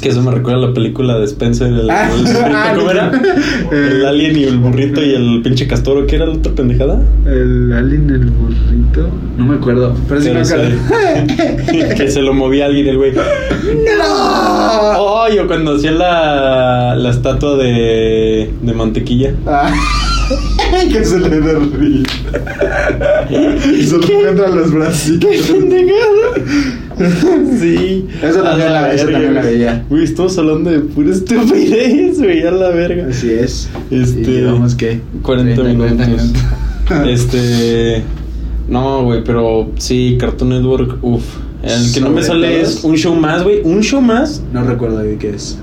Speaker 1: Que eso me recuerda a la película de Spencer, el,
Speaker 2: *laughs* Ah,
Speaker 1: el burrito,
Speaker 2: ah,
Speaker 1: ¿cómo era?
Speaker 2: eh.
Speaker 1: El alien y el burrito y el pinche castoro, ¿qué era la otra pendejada?
Speaker 2: El alien, el burrito. No me acuerdo. Pero sí me
Speaker 1: Pero
Speaker 2: acuerdo. *laughs*
Speaker 1: se- *laughs* que se lo movía alguien el güey.
Speaker 2: ¡No!
Speaker 1: Oh, yo cuando hacía la, la estatua de, de
Speaker 2: *laughs*
Speaker 1: mantequilla.
Speaker 2: Ah, que se le derrite. Y se lo encuentra en los bracitos.
Speaker 1: pendejada! Sí.
Speaker 2: Esa también
Speaker 1: A
Speaker 2: la- esa
Speaker 1: verga,
Speaker 2: también la
Speaker 1: güey.
Speaker 2: veía.
Speaker 1: Güey, estamos hablando de pura estupidez, güey, a la verga.
Speaker 2: Así es.
Speaker 1: Este,
Speaker 2: Y llevamos que
Speaker 1: 40 minutos.
Speaker 2: *laughs*
Speaker 1: Este. No, güey, pero sí, Cartoon Network, uff. El que no me
Speaker 2: Sobre
Speaker 1: sale es
Speaker 2: todos.
Speaker 1: un show más, güey. Un show más.
Speaker 2: No recuerdo de qué es.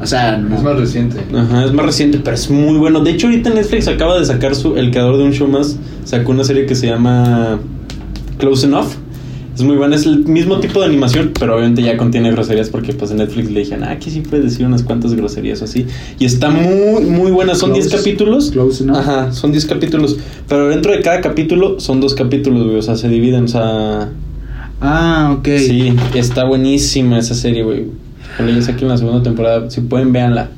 Speaker 2: O sea, no.
Speaker 3: Es más reciente.
Speaker 1: Ajá, es más reciente, pero es muy bueno. De hecho, ahorita Netflix acaba de sacar su. El creador de un show más sacó una serie que se llama Close Enough. Es muy buena, es el mismo tipo de animación, pero obviamente ya contiene groserías porque pues en Netflix le dijeron, ah, aquí sí puedes decir unas cuantas groserías o así. Y está muy, muy buena. Son 10
Speaker 2: Close-
Speaker 1: capítulos.
Speaker 2: Close enough.
Speaker 1: Ajá, son 10 capítulos. Pero dentro de cada capítulo son dos capítulos, güey. O sea, se dividen, o sea.
Speaker 2: Ah, ok.
Speaker 1: Sí, está buenísima esa serie, güey. Ojalá ya saquen la segunda temporada. Si pueden, véanla.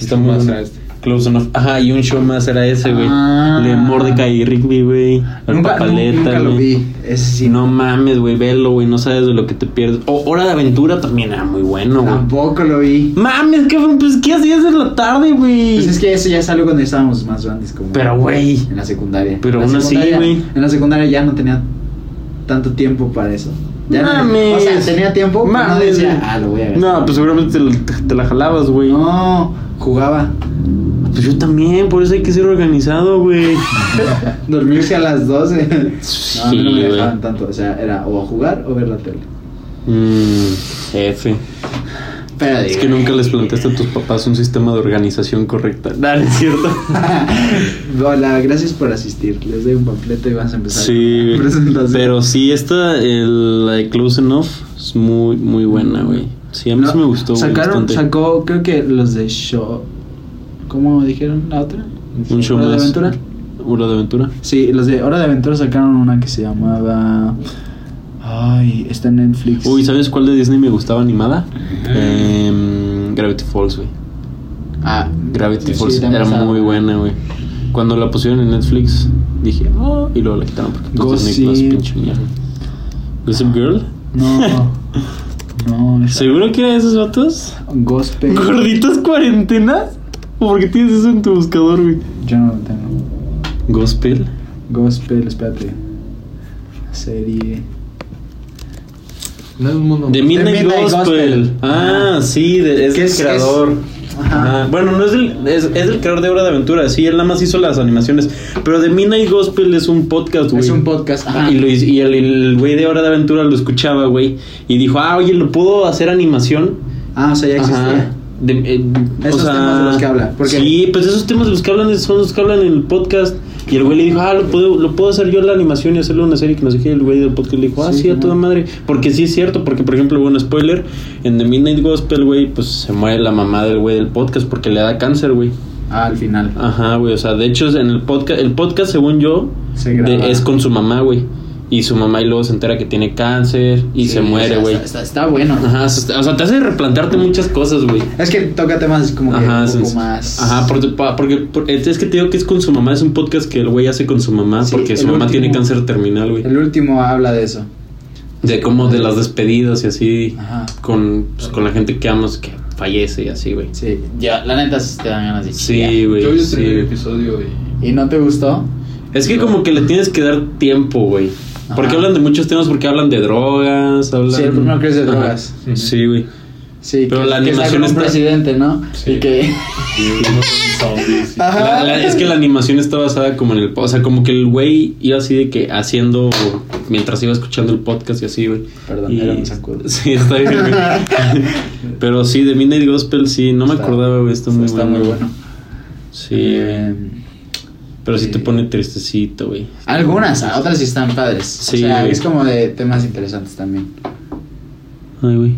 Speaker 1: Está muy
Speaker 3: Más
Speaker 1: buena.
Speaker 3: era este.
Speaker 1: Close enough. Ajá, y un show más era ese, güey.
Speaker 2: Ah.
Speaker 1: De Mordecai y Rigby, güey. El
Speaker 2: Nunca,
Speaker 1: papaleta,
Speaker 2: nunca lo
Speaker 1: güey.
Speaker 2: vi. Ese sí.
Speaker 1: No mames, güey, velo, güey, no sabes de lo que te pierdes. O Hora de Aventura también era muy bueno, güey.
Speaker 2: Tampoco lo vi.
Speaker 1: Mames, cabrón, pues ¿qué hacías en la tarde, güey?
Speaker 2: Pues es que eso ya salió cuando estábamos más grandes. Como
Speaker 1: Pero, güey.
Speaker 2: En la secundaria.
Speaker 1: Pero
Speaker 2: En la
Speaker 1: aún así,
Speaker 2: secundaria-
Speaker 1: güey.
Speaker 2: En la secundaria ya no tenía tanto tiempo para eso. Ya no- o sea, tenía tiempo, pero no
Speaker 1: Mames,
Speaker 2: decía,
Speaker 1: güey.
Speaker 2: ah, lo voy a ver.
Speaker 1: No, pues seguramente te, la- te la jalabas, güey.
Speaker 2: No, jugaba.
Speaker 1: Pues yo también, por eso hay que ser organizado, güey.
Speaker 2: *laughs* Dormirse a las 12. No, a mí *laughs* no
Speaker 1: Sí,
Speaker 2: me
Speaker 1: güey.
Speaker 2: dejaban tanto. O sea, era o jugar o ver la tele.
Speaker 1: Mmm, jefe.
Speaker 2: Pero
Speaker 1: Es
Speaker 2: digo,
Speaker 1: que nunca les *laughs* planteaste a tus papás un sistema de organización correcta. *laughs* Dale, es cierto.
Speaker 2: *laughs* Hola, gracias por asistir. Les doy un panfleto y vas a empezar.
Speaker 1: Sí,
Speaker 2: con la presentación.
Speaker 1: pero sí, esta, el, la de Close Enough, es muy, muy buena, güey. Sí, a mí
Speaker 2: No,
Speaker 1: sí me gustó. güey,
Speaker 2: Sacaron,
Speaker 1: bastante.
Speaker 2: sacó, creo que los de Show. ¿Cómo dijeron la otra?
Speaker 1: un show
Speaker 2: ¿Hora de
Speaker 1: más.
Speaker 2: aventura?
Speaker 1: ¿Hora de aventura?
Speaker 2: Sí, los de Hora de Aventura sacaron una que se llamaba. Ay, está en Netflix.
Speaker 1: Uy, ¿sabes cuál de Disney me gustaba animada? Em, Gravity Falls, güey.
Speaker 2: Ah,
Speaker 1: Gravity
Speaker 2: sí,
Speaker 1: Falls
Speaker 2: también
Speaker 1: era
Speaker 2: estaba.
Speaker 1: muy buena, güey. Cuando la pusieron en Netflix, dije, oh, y luego la quitaron porque pues, Disney Plus,
Speaker 2: Gossip.
Speaker 1: pinche mierda. ¿Gossip Girl?
Speaker 2: No, no, esa-
Speaker 1: *laughs* ¿Seguro que era de esos vatos?
Speaker 2: Gospel.
Speaker 1: ¿Gorditas cuarentenas? ¿O por qué tienes eso en tu buscador, güey?
Speaker 2: Yo no lo tengo.
Speaker 1: ¿Gospel?
Speaker 2: Gospel, espérate. Serie.
Speaker 3: No es un mundo.
Speaker 1: The
Speaker 3: más-
Speaker 1: Midnight,
Speaker 2: The Midnight
Speaker 1: Gospel.
Speaker 2: Gospel.
Speaker 1: Ah,
Speaker 2: Ajá.
Speaker 1: sí, de- es
Speaker 2: ¿Qué
Speaker 1: el
Speaker 2: es- qué es?
Speaker 1: creador.
Speaker 2: Ajá.
Speaker 1: Ajá. Ah, Bueno, no es el, es, es el creador de Hora de Aventura, sí, él nada más hizo las animaciones. Pero The Midnight Gospel es un podcast, güey.
Speaker 2: Es un podcast, ajá.
Speaker 1: Y, lo hiz- y el- el güey de Hora de Aventura lo escuchaba, güey. Y dijo, ah, oye, ¿lo puedo hacer animación?
Speaker 2: Ah, o sea, ya existía.
Speaker 1: Ajá. De, eh, o
Speaker 2: Esos
Speaker 1: sea,
Speaker 2: temas de los que habla, porque-
Speaker 1: Sí, pues esos temas de los que hablan son los que hablan en el podcast. Y el güey le dijo, ah, lo puedo, lo puedo hacer yo la animación y hacerlo una serie que no sé qué. Y el güey del podcast le dijo, ah, sí,
Speaker 2: Sí,
Speaker 1: a
Speaker 2: no.
Speaker 1: toda madre. Porque sí es cierto, porque por ejemplo, bueno, spoiler, en The Midnight Gospel, güey, pues se muere la mamá del güey del podcast porque le da cáncer, güey.
Speaker 2: Ah, al final.
Speaker 1: Ajá, güey, o sea, de hecho en el podcast, el podcast según yo,
Speaker 2: Se graba.
Speaker 1: de- es con su mamá, güey. y su mamá y luego se entera que tiene cáncer y
Speaker 2: Sí,
Speaker 1: se
Speaker 2: o
Speaker 1: muere,
Speaker 2: sea,
Speaker 1: güey.
Speaker 2: Está, está- está bueno.
Speaker 1: Ajá, o sea, o sea, te hace replantearte muchas cosas, güey.
Speaker 2: Es que toca temas como que
Speaker 1: Ajá,
Speaker 2: un poco
Speaker 1: sens-
Speaker 2: más.
Speaker 1: Ajá, porque, pa- porque, por- eh, es que te digo que es con su mamá, es un podcast que el güey hace con su mamá,
Speaker 2: Sí,
Speaker 1: porque su
Speaker 2: el
Speaker 1: mamá tiene
Speaker 2: último.
Speaker 1: cáncer terminal, güey.
Speaker 2: El último habla de eso.
Speaker 1: De cómo de las despedidas y así,
Speaker 2: Ajá.
Speaker 1: con, pues, con la gente que amas que fallece y así, güey.
Speaker 2: Sí, ya, la neta sí te dan ganas de
Speaker 1: Sí,
Speaker 2: chillar.
Speaker 1: güey.
Speaker 3: Yo vi el
Speaker 1: sí.
Speaker 3: primer episodio y.
Speaker 2: ¿Y no te gustó?
Speaker 1: Es que como que le tienes que dar tiempo, güey. Porque
Speaker 2: Ajá.
Speaker 1: hablan de muchos temas, porque hablan de drogas, hablan...
Speaker 2: Sí, el primero que es de
Speaker 1: Ajá.
Speaker 2: drogas.
Speaker 1: Sí, güey.
Speaker 2: Sí,
Speaker 1: Pero
Speaker 2: que,
Speaker 1: la
Speaker 2: que está
Speaker 1: animación
Speaker 2: con un
Speaker 1: está-
Speaker 2: presidente, ¿no?
Speaker 3: Sí.
Speaker 2: Y que.
Speaker 3: y unos son zombies. y-
Speaker 2: Ajá.
Speaker 1: La- la- es que la animación está basada como en el... po- O sea, como que el güey iba así de que haciendo... Mientras iba escuchando el podcast y así, güey.
Speaker 2: Perdón,
Speaker 1: Y-
Speaker 2: era un sacudo.
Speaker 1: *laughs* Sí, está bien, güey.
Speaker 2: *laughs*
Speaker 1: Pero sí, de Midnight Gospel, sí. No me
Speaker 2: Está-
Speaker 1: acordaba, güey. Está muy
Speaker 2: está
Speaker 1: bueno.
Speaker 2: muy bueno.
Speaker 1: Sí, güey.
Speaker 2: Eh,
Speaker 1: Pero sí te
Speaker 2: eh,
Speaker 1: pone tristecito, güey.
Speaker 2: Algunas, ah, otras sí están padres.
Speaker 1: Sí,
Speaker 2: O sea,
Speaker 1: güey.
Speaker 2: es como de temas interesantes también.
Speaker 1: Ay, güey.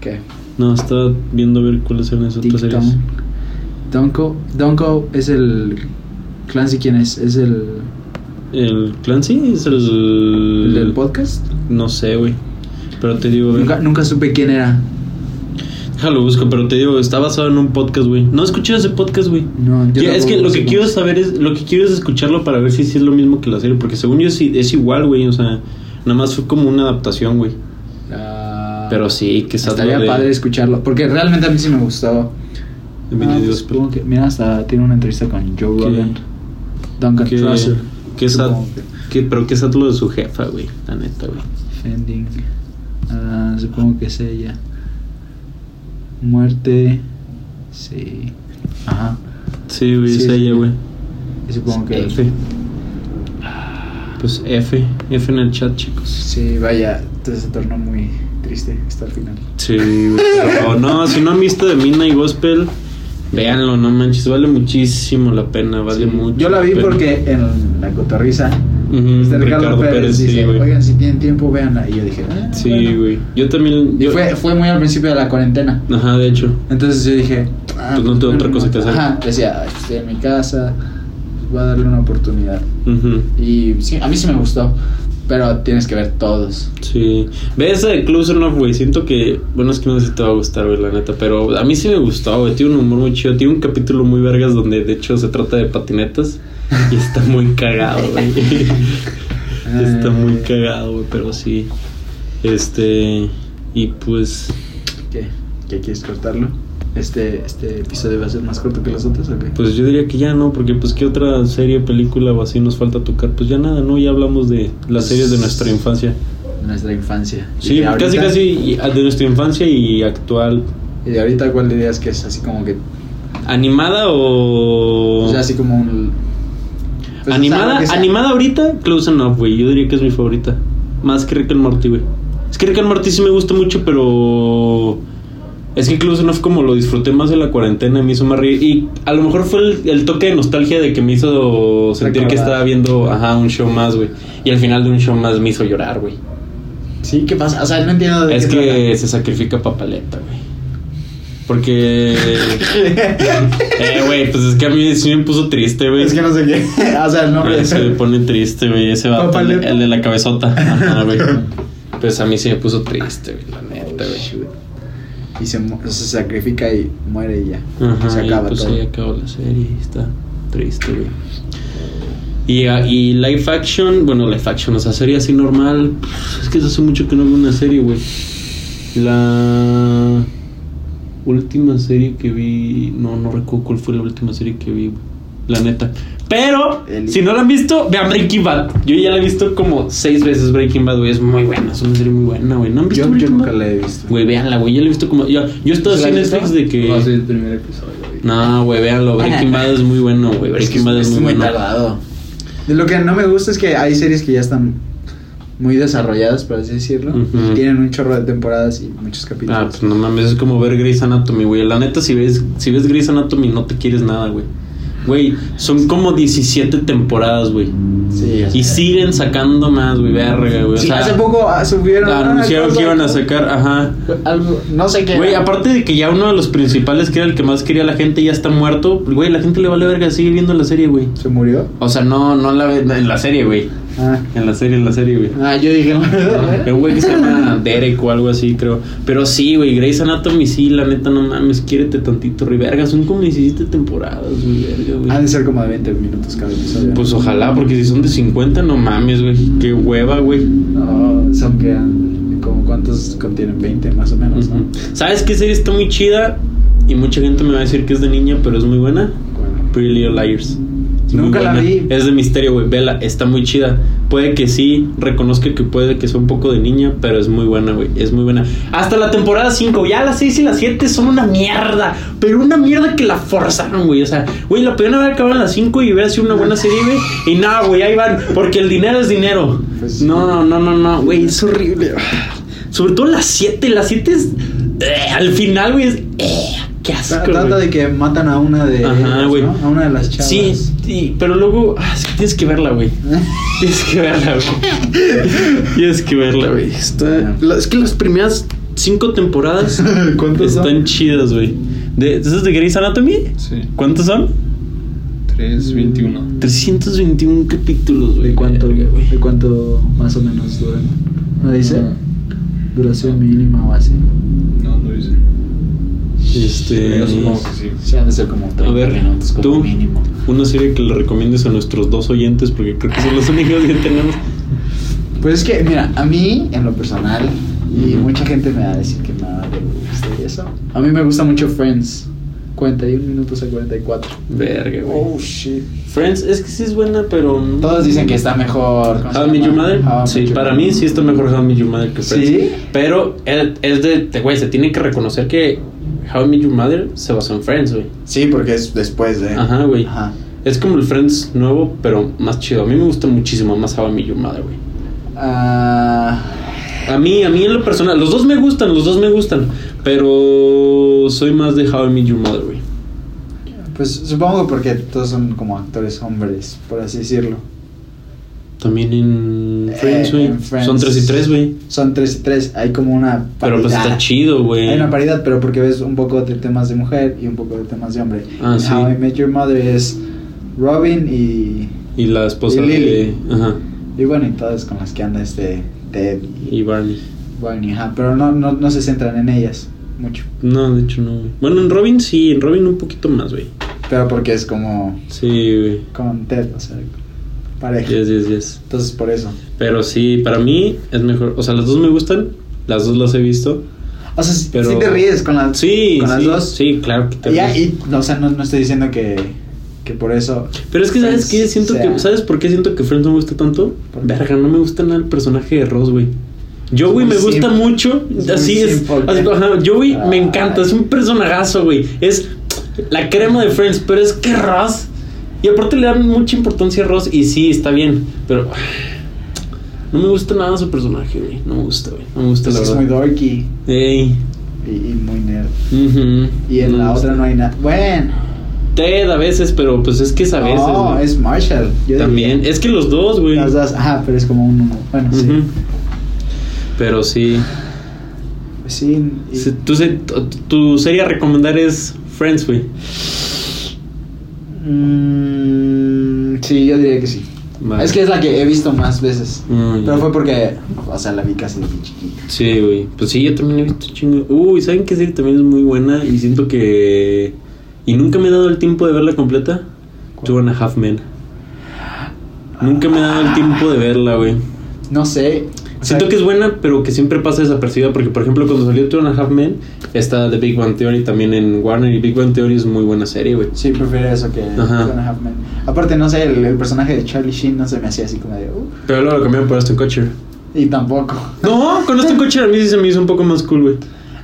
Speaker 2: ¿Qué?
Speaker 1: No, estaba viendo a ver cuáles eran esas otras series.
Speaker 2: Donko. Donko es el. Clancy, ¿quién es? Es el.
Speaker 1: El Clancy es el...
Speaker 2: ¿El del podcast?
Speaker 1: No sé, güey. Pero te digo, a ver.
Speaker 2: Nunca, nunca supe quién era.
Speaker 1: Déjalo busco, pero te digo, está basado en un podcast, güey. No escuché ese podcast, güey.
Speaker 2: No, yo
Speaker 1: Ya, es
Speaker 2: tampoco
Speaker 1: que lo
Speaker 2: supe.
Speaker 1: que quiero saber es, lo que quiero es escucharlo para ver si, sí es lo mismo que la serie, porque según yo es, i- es igual, güey. O sea, nada más fue como una adaptación, güey.
Speaker 2: Ah,
Speaker 1: Pero sí, que está
Speaker 2: Estaría
Speaker 1: lo de-
Speaker 2: padre escucharlo. Porque realmente a mí sí me gustó.
Speaker 1: de Mini
Speaker 2: Ah, pues,
Speaker 1: Dios,
Speaker 2: supongo que- mira, hasta tiene una entrevista con Joe
Speaker 1: Que-
Speaker 2: Rogan. Duncan
Speaker 1: que-
Speaker 2: Trussell.
Speaker 1: que es
Speaker 2: Supongo
Speaker 1: a-
Speaker 2: que-
Speaker 1: que- pero que es lo de su jefa, güey. La neta, güey.
Speaker 2: Fending. Ah, supongo que es ella. Muerte. Sí. Ajá.
Speaker 1: Sí, güey,
Speaker 2: Sí,
Speaker 1: es
Speaker 2: sí,
Speaker 1: ella,
Speaker 2: sí.
Speaker 1: güey.
Speaker 2: Y supongo que.
Speaker 1: F. Pues F, F en el chat, chicos.
Speaker 2: Sí, vaya. Entonces se tornó muy triste hasta el final.
Speaker 1: Sí, güey. pero no, si no han visto de Midnight Gospel, véanlo, no manches. Vale muchísimo la pena, vale
Speaker 2: Sí.
Speaker 1: mucho.
Speaker 2: Yo la vi
Speaker 1: pena.
Speaker 2: porque en la cotorriza.
Speaker 1: Ujú,
Speaker 2: este Ricardo,
Speaker 1: Ricardo
Speaker 2: Pérez,
Speaker 1: Pérez, sí,
Speaker 2: dice:
Speaker 1: güey.
Speaker 2: Oigan, si tienen tiempo, véanla. Y yo dije: "Ah,
Speaker 1: Sí,
Speaker 2: bueno".
Speaker 1: güey. Yo también.
Speaker 2: Y
Speaker 1: Yo,
Speaker 2: fue, fue muy al principio de la cuarentena.
Speaker 1: Ajá, de hecho.
Speaker 2: Entonces yo dije, ah,
Speaker 1: Pues no tengo otra cosa que hacer.
Speaker 2: Ajá, decía, "Ay, estoy en mi casa, voy a darle una oportunidad.
Speaker 1: Ujú,
Speaker 2: Y sí, a mí sí me gustó, pero tienes que ver todos.
Speaker 1: Sí. Ve esa de Closer Enough, güey. Siento que. Bueno, es que no sé si te va a gustar, güey, la neta. Pero a mí sí me gustó, güey. Tiene un humor muy chido. Tiene un capítulo muy vergas donde, de hecho, se trata de patinetas. Y está muy cagado,
Speaker 2: *laughs*
Speaker 1: güey. está muy
Speaker 2: Eh.
Speaker 1: cagado, güey. Pero sí. Este. Y pues.
Speaker 2: ¿Qué? ¿Qué quieres cortarlo? Este, este episodio va a ser más corto que los otros, ¿o qué?
Speaker 1: Pues yo diría que ya no, porque pues qué otra serie, película o así nos falta tocar. Pues ya nada, ¿no? Ya hablamos de las series de nuestra infancia.
Speaker 2: Nuestra infancia. ¿Y
Speaker 1: Sí,
Speaker 2: de
Speaker 1: casi
Speaker 2: ahorita?
Speaker 1: casi y- de nuestra infancia y actual.
Speaker 2: ¿Y de ahorita cuál dirías que es así como que.
Speaker 1: ¿Animada o...?
Speaker 2: O sea, así como un. pues, o sea,
Speaker 1: Oh. ¿Animada?
Speaker 2: lo que sea.
Speaker 1: ¿Animada ahorita? Close Enough, güey. Yo diría que es mi favorita. Más que Rick and Morty, güey. Es que Rick and Morty sí me gusta mucho, pero... Es que Close Enough como lo disfruté más en la cuarentena, me hizo más reír. Y a lo mejor fue el, el toque de nostalgia de que me hizo sentir que
Speaker 2: Recordar.
Speaker 1: estaba viendo, ajá, un show más, güey. Y al final de un show más me hizo llorar, güey.
Speaker 2: Sí, ¿qué pasa? O sea, no entiendo de
Speaker 1: Es
Speaker 2: qué
Speaker 1: que
Speaker 2: *laughs*
Speaker 1: se sacrifica papaleta, güey. Porque...
Speaker 2: trata.
Speaker 1: Eh, güey, pues es que a mí sí me puso triste, güey.
Speaker 2: Es que no sé qué. *laughs* o sea, el nombre
Speaker 1: Eh, se me pone triste, güey. Ese vato, el,
Speaker 2: Papaleta.
Speaker 1: el de la cabezota. Ajá, güey. Pues a mí sí me puso triste, güey, la neta, güey.
Speaker 2: Y se, mu- se sacrifica y muere y ya.
Speaker 1: Ajá,
Speaker 2: se
Speaker 1: y
Speaker 2: acaba
Speaker 1: pues
Speaker 2: todo.
Speaker 1: ahí acabó la serie. y Está triste, güey. Y, ah, y live action, bueno, live action, o sea, serie así normal. Es que hace mucho que no veo una serie, güey. La última serie que vi, no, no recuerdo cuál fue la última serie que vi, güey. La neta. Pero,
Speaker 2: El-
Speaker 1: si no la han visto, vean Breaking Bad. Yo ya la he visto como seis veces Breaking Bad, güey. Es muy buena, es una serie muy buena, güey. ¿No han visto
Speaker 2: Yo, yo
Speaker 1: Breaking
Speaker 2: nunca
Speaker 1: Bad?
Speaker 2: la he visto.
Speaker 1: Güey, veanla, güey. Yo la he visto como. Yo, yo estoy
Speaker 2: ¿Se
Speaker 1: así
Speaker 2: la Ah,
Speaker 1: en
Speaker 2: has visto?
Speaker 1: Netflix de que.
Speaker 3: No, sí, el primer episodio. y-
Speaker 1: No, güey, véanlo. Breaking Bad es muy bueno, güey.
Speaker 2: Es que
Speaker 1: Breaking Bad es, muy, bueno.
Speaker 2: tardado. De lo que no me gusta es que hay series que ya están muy desarrolladas, por así decirlo.
Speaker 1: Ujú.
Speaker 2: Tienen un chorro de temporadas y muchos capítulos.
Speaker 1: Ah, pues no mames, es como ver Grey's Anatomy, güey. La neta, si ves, si ves Grey's Anatomy, no te quieres nada, güey. Güey, son como 17 temporadas, güey.
Speaker 2: sí, o sea.
Speaker 1: Y siguen sacando más, güey. Verga, güey. O
Speaker 2: Sí,
Speaker 1: sea,
Speaker 2: hace poco ah, subieron. ah,
Speaker 1: anunciaron
Speaker 2: cosa-
Speaker 1: que iban a sacar, ajá.
Speaker 2: Algo, no sé qué.
Speaker 1: Güey, aparte de que ya uno de los principales, que era el que más quería la gente, ya está muerto. Güey, la gente le vale verga, sigue viendo la serie, güey.
Speaker 2: ¿Se murió?
Speaker 1: O sea, no, no la ve en la serie, güey.
Speaker 2: Ah,
Speaker 1: En la serie, en la serie, güey.
Speaker 2: ah, yo dije, *laughs*
Speaker 1: Pero un güey que se llama Derek o algo así, creo. Pero sí, güey, Grey's Anatomy, sí, la neta, no mames, quiérete tantito, Riverga. Son como 17 temporadas, güey, verga, güey.
Speaker 2: Han de ser como de 20 minutos cada episodio.
Speaker 1: Pues ojalá, porque si son de 50, no mames, güey. Qué hueva, güey.
Speaker 2: No, son que. Como cuántos contienen 20 más o menos, ¿no?
Speaker 1: Ujú. ¿Sabes qué serie está muy chida? Y mucha gente me va a decir que es de niña, pero es muy buena.
Speaker 2: Bueno.
Speaker 1: Pretty Little Liars. Es muy
Speaker 2: Nunca la
Speaker 1: buena.
Speaker 2: vi.
Speaker 1: Es de misterio, güey. Vela, está muy chida. Puede que sí, reconozca que puede que sea un poco de niña, pero es muy buena, güey. Es muy buena. Hasta la temporada 5, ya las 6 y las 7 son una mierda. Pero una mierda que la forzaron, güey. O sea, güey, la pudieron haber acabado en las 5 y hubiera sido una buena serie, güey. Y nada, güey, ahí van. Porque el dinero es dinero.
Speaker 2: Pues sí.
Speaker 1: no, no, no, no, no, güey, es horrible. Sobre todo las 7. Las 7 es. eh, al final, güey, es. eh, qué asco.
Speaker 2: Tra- Trata
Speaker 1: güey.
Speaker 2: de que matan a una de.
Speaker 1: Ajá,
Speaker 2: ellas,
Speaker 1: güey.
Speaker 2: ¿no? A una de las chavas.
Speaker 1: Sí, *laughs* sí, pero luego ah, es que tienes que verla, güey. *laughs* Tienes que verla,
Speaker 2: *laughs*
Speaker 1: güey. Tienes que verla, güey. Está- la- es que las primeras cinco
Speaker 2: *laughs*
Speaker 1: temporadas
Speaker 2: ¿Cuántos
Speaker 1: están
Speaker 2: son?
Speaker 1: chidas, güey. ¿De ¿eso es de Grey's Anatomy?
Speaker 3: Sí.
Speaker 1: ¿Cuántos son?
Speaker 3: 321.
Speaker 1: 321 capítulos, güey.
Speaker 2: ¿De cuánto,
Speaker 1: Verga, güey.
Speaker 2: ¿De cuánto más o menos duran? ¿No dice? Duración mínima o así.
Speaker 3: No, no dice.
Speaker 1: Este,
Speaker 3: Yo supongo que sí.
Speaker 2: Sí, han de ser como 30
Speaker 1: A ver,
Speaker 2: minutos como
Speaker 1: tú,
Speaker 2: mínimo.
Speaker 1: una serie que le recomiendes a nuestros dos oyentes, porque creo que son los únicos que tenemos.
Speaker 2: Pues es que, mira, a mí, en lo personal, y
Speaker 1: Ujú.
Speaker 2: mucha gente me va a decir que nada de gusta y eso. A mí me gusta mucho Friends. 41 minutos a 44.
Speaker 1: Verga, güey.
Speaker 2: Oh, shit.
Speaker 1: Friends, es que sí es buena, pero.
Speaker 2: Todos dicen que está mejor. ¿cómo se
Speaker 1: How I Met
Speaker 2: llama? Ah,
Speaker 1: Your Mother.
Speaker 2: How I Met
Speaker 1: Ah, sí,
Speaker 2: Your
Speaker 1: para
Speaker 2: Mother.
Speaker 1: mí sí está mejor How I Met Your Mother que Friends.
Speaker 2: ¿Sí?
Speaker 1: Pero el- es de, de- güey, se tiene que reconocer que How I Met Your Mother se basó en Friends, güey.
Speaker 2: Sí, porque es después de.
Speaker 1: Ajá, güey.
Speaker 2: Ajá.
Speaker 1: Es como el Friends nuevo, pero más chido. A mí me gusta muchísimo más How I Met Your Mother, güey.
Speaker 2: Ah,
Speaker 1: A mí, a mí en lo personal, los dos me gustan, los dos me gustan, pero soy más de How I Met Your Mother, güey.
Speaker 2: pues supongo porque todos son como actores hombres, por así decirlo.
Speaker 1: También en Friends,
Speaker 2: Eh,
Speaker 1: güey.
Speaker 2: en Friends.
Speaker 1: Son 3 y 3, güey.
Speaker 2: Son tres y tres. Hay como una paridad.
Speaker 1: Pero pues está chido, güey.
Speaker 2: Hay una paridad, pero porque ves un poco de temas de mujer y un poco de temas de hombre.
Speaker 1: Ah,
Speaker 2: En
Speaker 1: sí.
Speaker 2: How I Met Your Mother es Robin y.
Speaker 1: Y la esposa
Speaker 2: Y Lily.
Speaker 1: de. Ajá.
Speaker 2: Y bueno, y todas con las que anda este Ted y.
Speaker 1: Y Barney.
Speaker 2: Barney, ajá. Pero no, no, no se centran en ellas mucho.
Speaker 1: No, de hecho no. güey. Bueno, en Robin sí, en Robin un poquito más, güey.
Speaker 2: Pero porque es como
Speaker 1: Sí, güey.
Speaker 2: con Ted, o sea, pareja.
Speaker 1: Yes, yes, yes.
Speaker 2: Entonces por eso.
Speaker 1: Pero sí, para mí es mejor. O sea, las dos me gustan. Las dos las he visto.
Speaker 2: O sea, si
Speaker 1: Pero-
Speaker 2: te ríes con, las
Speaker 1: Sí,
Speaker 2: con las
Speaker 1: sí,
Speaker 2: dos.
Speaker 1: Sí, claro que te
Speaker 2: Y, ya,
Speaker 1: ríes.
Speaker 2: y, o sea, no, no estoy diciendo que, que por eso.
Speaker 1: Pero es que, ¿sabes qué?
Speaker 2: Friends
Speaker 1: Siento
Speaker 2: sea-
Speaker 1: que, ¿Sabes por qué siento que Friends no me gusta tanto?
Speaker 2: ¿Por qué?
Speaker 1: Verga, no me gusta nada el personaje de Ross, güey. Yo,
Speaker 2: Es
Speaker 1: güey,
Speaker 2: muy
Speaker 1: me gusta
Speaker 2: simple.
Speaker 1: mucho.
Speaker 2: Es muy
Speaker 1: así es.
Speaker 2: simple. Ah.
Speaker 1: así- ajá, yo, güey, me encanta.
Speaker 2: Ay.
Speaker 1: Es un personajazo, güey. Es la crema de Friends, pero es que Ross. Y aparte le dan mucha importancia a Ross. Y sí, está bien. Pero *sighs* no me gusta nada su personaje, güey. No me gusta, güey. No me gusta,
Speaker 2: pues,
Speaker 1: la
Speaker 2: es
Speaker 1: verdad.
Speaker 2: muy dorky
Speaker 1: Ey.
Speaker 2: y, y muy nerd.
Speaker 1: ujú.
Speaker 2: Y en
Speaker 1: me
Speaker 2: la
Speaker 1: gusta.
Speaker 2: otra no hay nada. Bueno,
Speaker 1: Ted a veces, pero pues es que es a veces.
Speaker 2: no,
Speaker 1: güey.
Speaker 2: es Marshall. Yo
Speaker 1: También.
Speaker 2: diría.
Speaker 1: Es que los dos, güey.
Speaker 2: Las dos, ajá, pero es como un uno. Bueno,
Speaker 1: Ujú.
Speaker 2: sí.
Speaker 1: Pero sí.
Speaker 2: Pues sí. y-
Speaker 1: Se- Tu, se- tu- tu serie a recomendar es Friends, güey.
Speaker 2: Mm, sí, yo diría que sí.
Speaker 1: Vale.
Speaker 2: Es que es la que he visto más veces.
Speaker 1: Mm,
Speaker 2: Pero
Speaker 1: ya.
Speaker 2: fue porque, o sea, la vi casi desde chiquita.
Speaker 1: Sí, güey. Pues sí, yo también he visto chingo. Uy, ¿saben qué serie también es muy buena? Y siento que. Y nunca me he dado el tiempo de verla completa. Two and a Half Men. Nunca me he dado el tiempo de verla, güey.
Speaker 2: No sé. o sea,
Speaker 1: Siento que es buena, pero que siempre pasa desapercibida. Porque, por ejemplo, cuando salió Two and a Half Men, está The Big Bang Theory también en Warner. Y Big Bang Theory es muy buena serie, güey.
Speaker 2: Sí, prefiero eso que
Speaker 1: Ajá.
Speaker 2: Two and a Half Men. Aparte, no sé, el, el personaje de Charlie Sheen no se me hacía así como de. "Uh",
Speaker 1: Pero luego lo cambiaron por Aston Kutcher.
Speaker 2: y tampoco.
Speaker 1: No, con
Speaker 2: *laughs*
Speaker 1: Aston Kutcher a mí sí se me hizo un poco más cool, güey.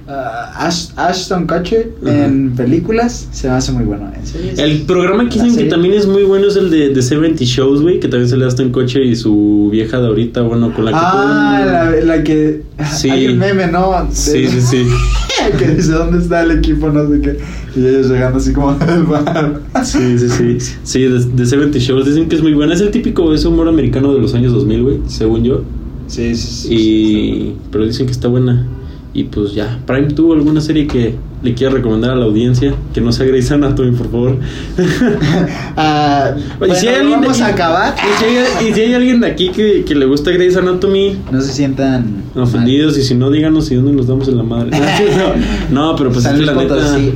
Speaker 2: Ah, Ash- Ashton Kutcher
Speaker 1: Ajá.
Speaker 2: en películas se me hace muy bueno. En series.
Speaker 1: El programa que
Speaker 2: La
Speaker 1: dicen que
Speaker 2: serie.
Speaker 1: también es muy bueno es el de, de 70 Shows, güey, que también se le da en coche y su vieja de ahorita, bueno, con la que
Speaker 2: Ah,
Speaker 1: tuvo un-
Speaker 2: la, la que.
Speaker 1: Sí.
Speaker 2: Hay un meme, ¿no? De-
Speaker 1: Sí, sí, sí.
Speaker 2: *laughs* que dice dónde está el equipo, no sé qué. Y ellos llegando así como *laughs* del bar.
Speaker 1: Sí, sí, sí. Sí, de, de 70 Shows dicen que es muy buena. Es el típico ese humor americano de los años 2000, güey, según yo.
Speaker 2: Sí, sí, sí. *laughs*
Speaker 1: Y pero dicen que está buena. Y pues ya, Prime tuvo alguna serie que le quiero recomendar a la audiencia que no sea Grey's Anatomy, por favor.
Speaker 2: *laughs* Ah,
Speaker 1: Y si hay
Speaker 2: bueno,
Speaker 1: alguien de
Speaker 2: vamos a
Speaker 1: aquí-
Speaker 2: acabar.
Speaker 1: Y si hay, y si hay alguien de aquí que, que le gusta Grey's Anatomy,
Speaker 2: No se sientan
Speaker 1: *laughs* ofendidos, y si no, díganos y dónde nos damos en la
Speaker 2: *laughs*
Speaker 1: madre. *laughs* No, pero pues es
Speaker 2: San
Speaker 1: que
Speaker 2: Luis
Speaker 1: la neta.
Speaker 2: Potosí.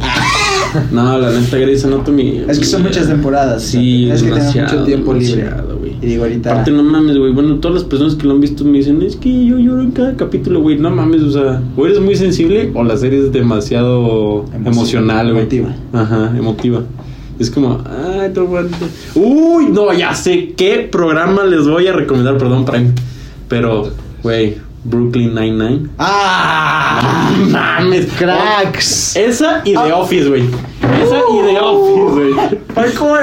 Speaker 1: No, la neta Grey's Anatomy. eh,
Speaker 2: Es que son muchas temporadas.
Speaker 1: Sí,
Speaker 2: es que tenemos
Speaker 1: demasiado,
Speaker 2: mucho tiempo libre.
Speaker 1: demasiado, güey.
Speaker 2: Y digo, ahorita.
Speaker 1: Aparte, no mames, güey. Bueno, todas las personas que lo han visto me dicen, es que yo lloro en cada capítulo, güey. No mames, o sea, o eres muy sensible o la serie es demasiado
Speaker 2: Emoción-
Speaker 1: emocional, güey.
Speaker 2: emotiva.
Speaker 1: Ajá, emotiva. Es como, ay, no aguanto. Uy, no, ya sé qué programa les voy a recomendar, perdón, Prime. Pero, güey, Brooklyn Nine-Nine.
Speaker 2: ¡Ah!
Speaker 1: No mames,
Speaker 2: ¡Cracks!
Speaker 1: Esa y
Speaker 2: Ah.
Speaker 1: The Office, güey. Esa y The Office, güey.
Speaker 2: Oh. ¡Parkour!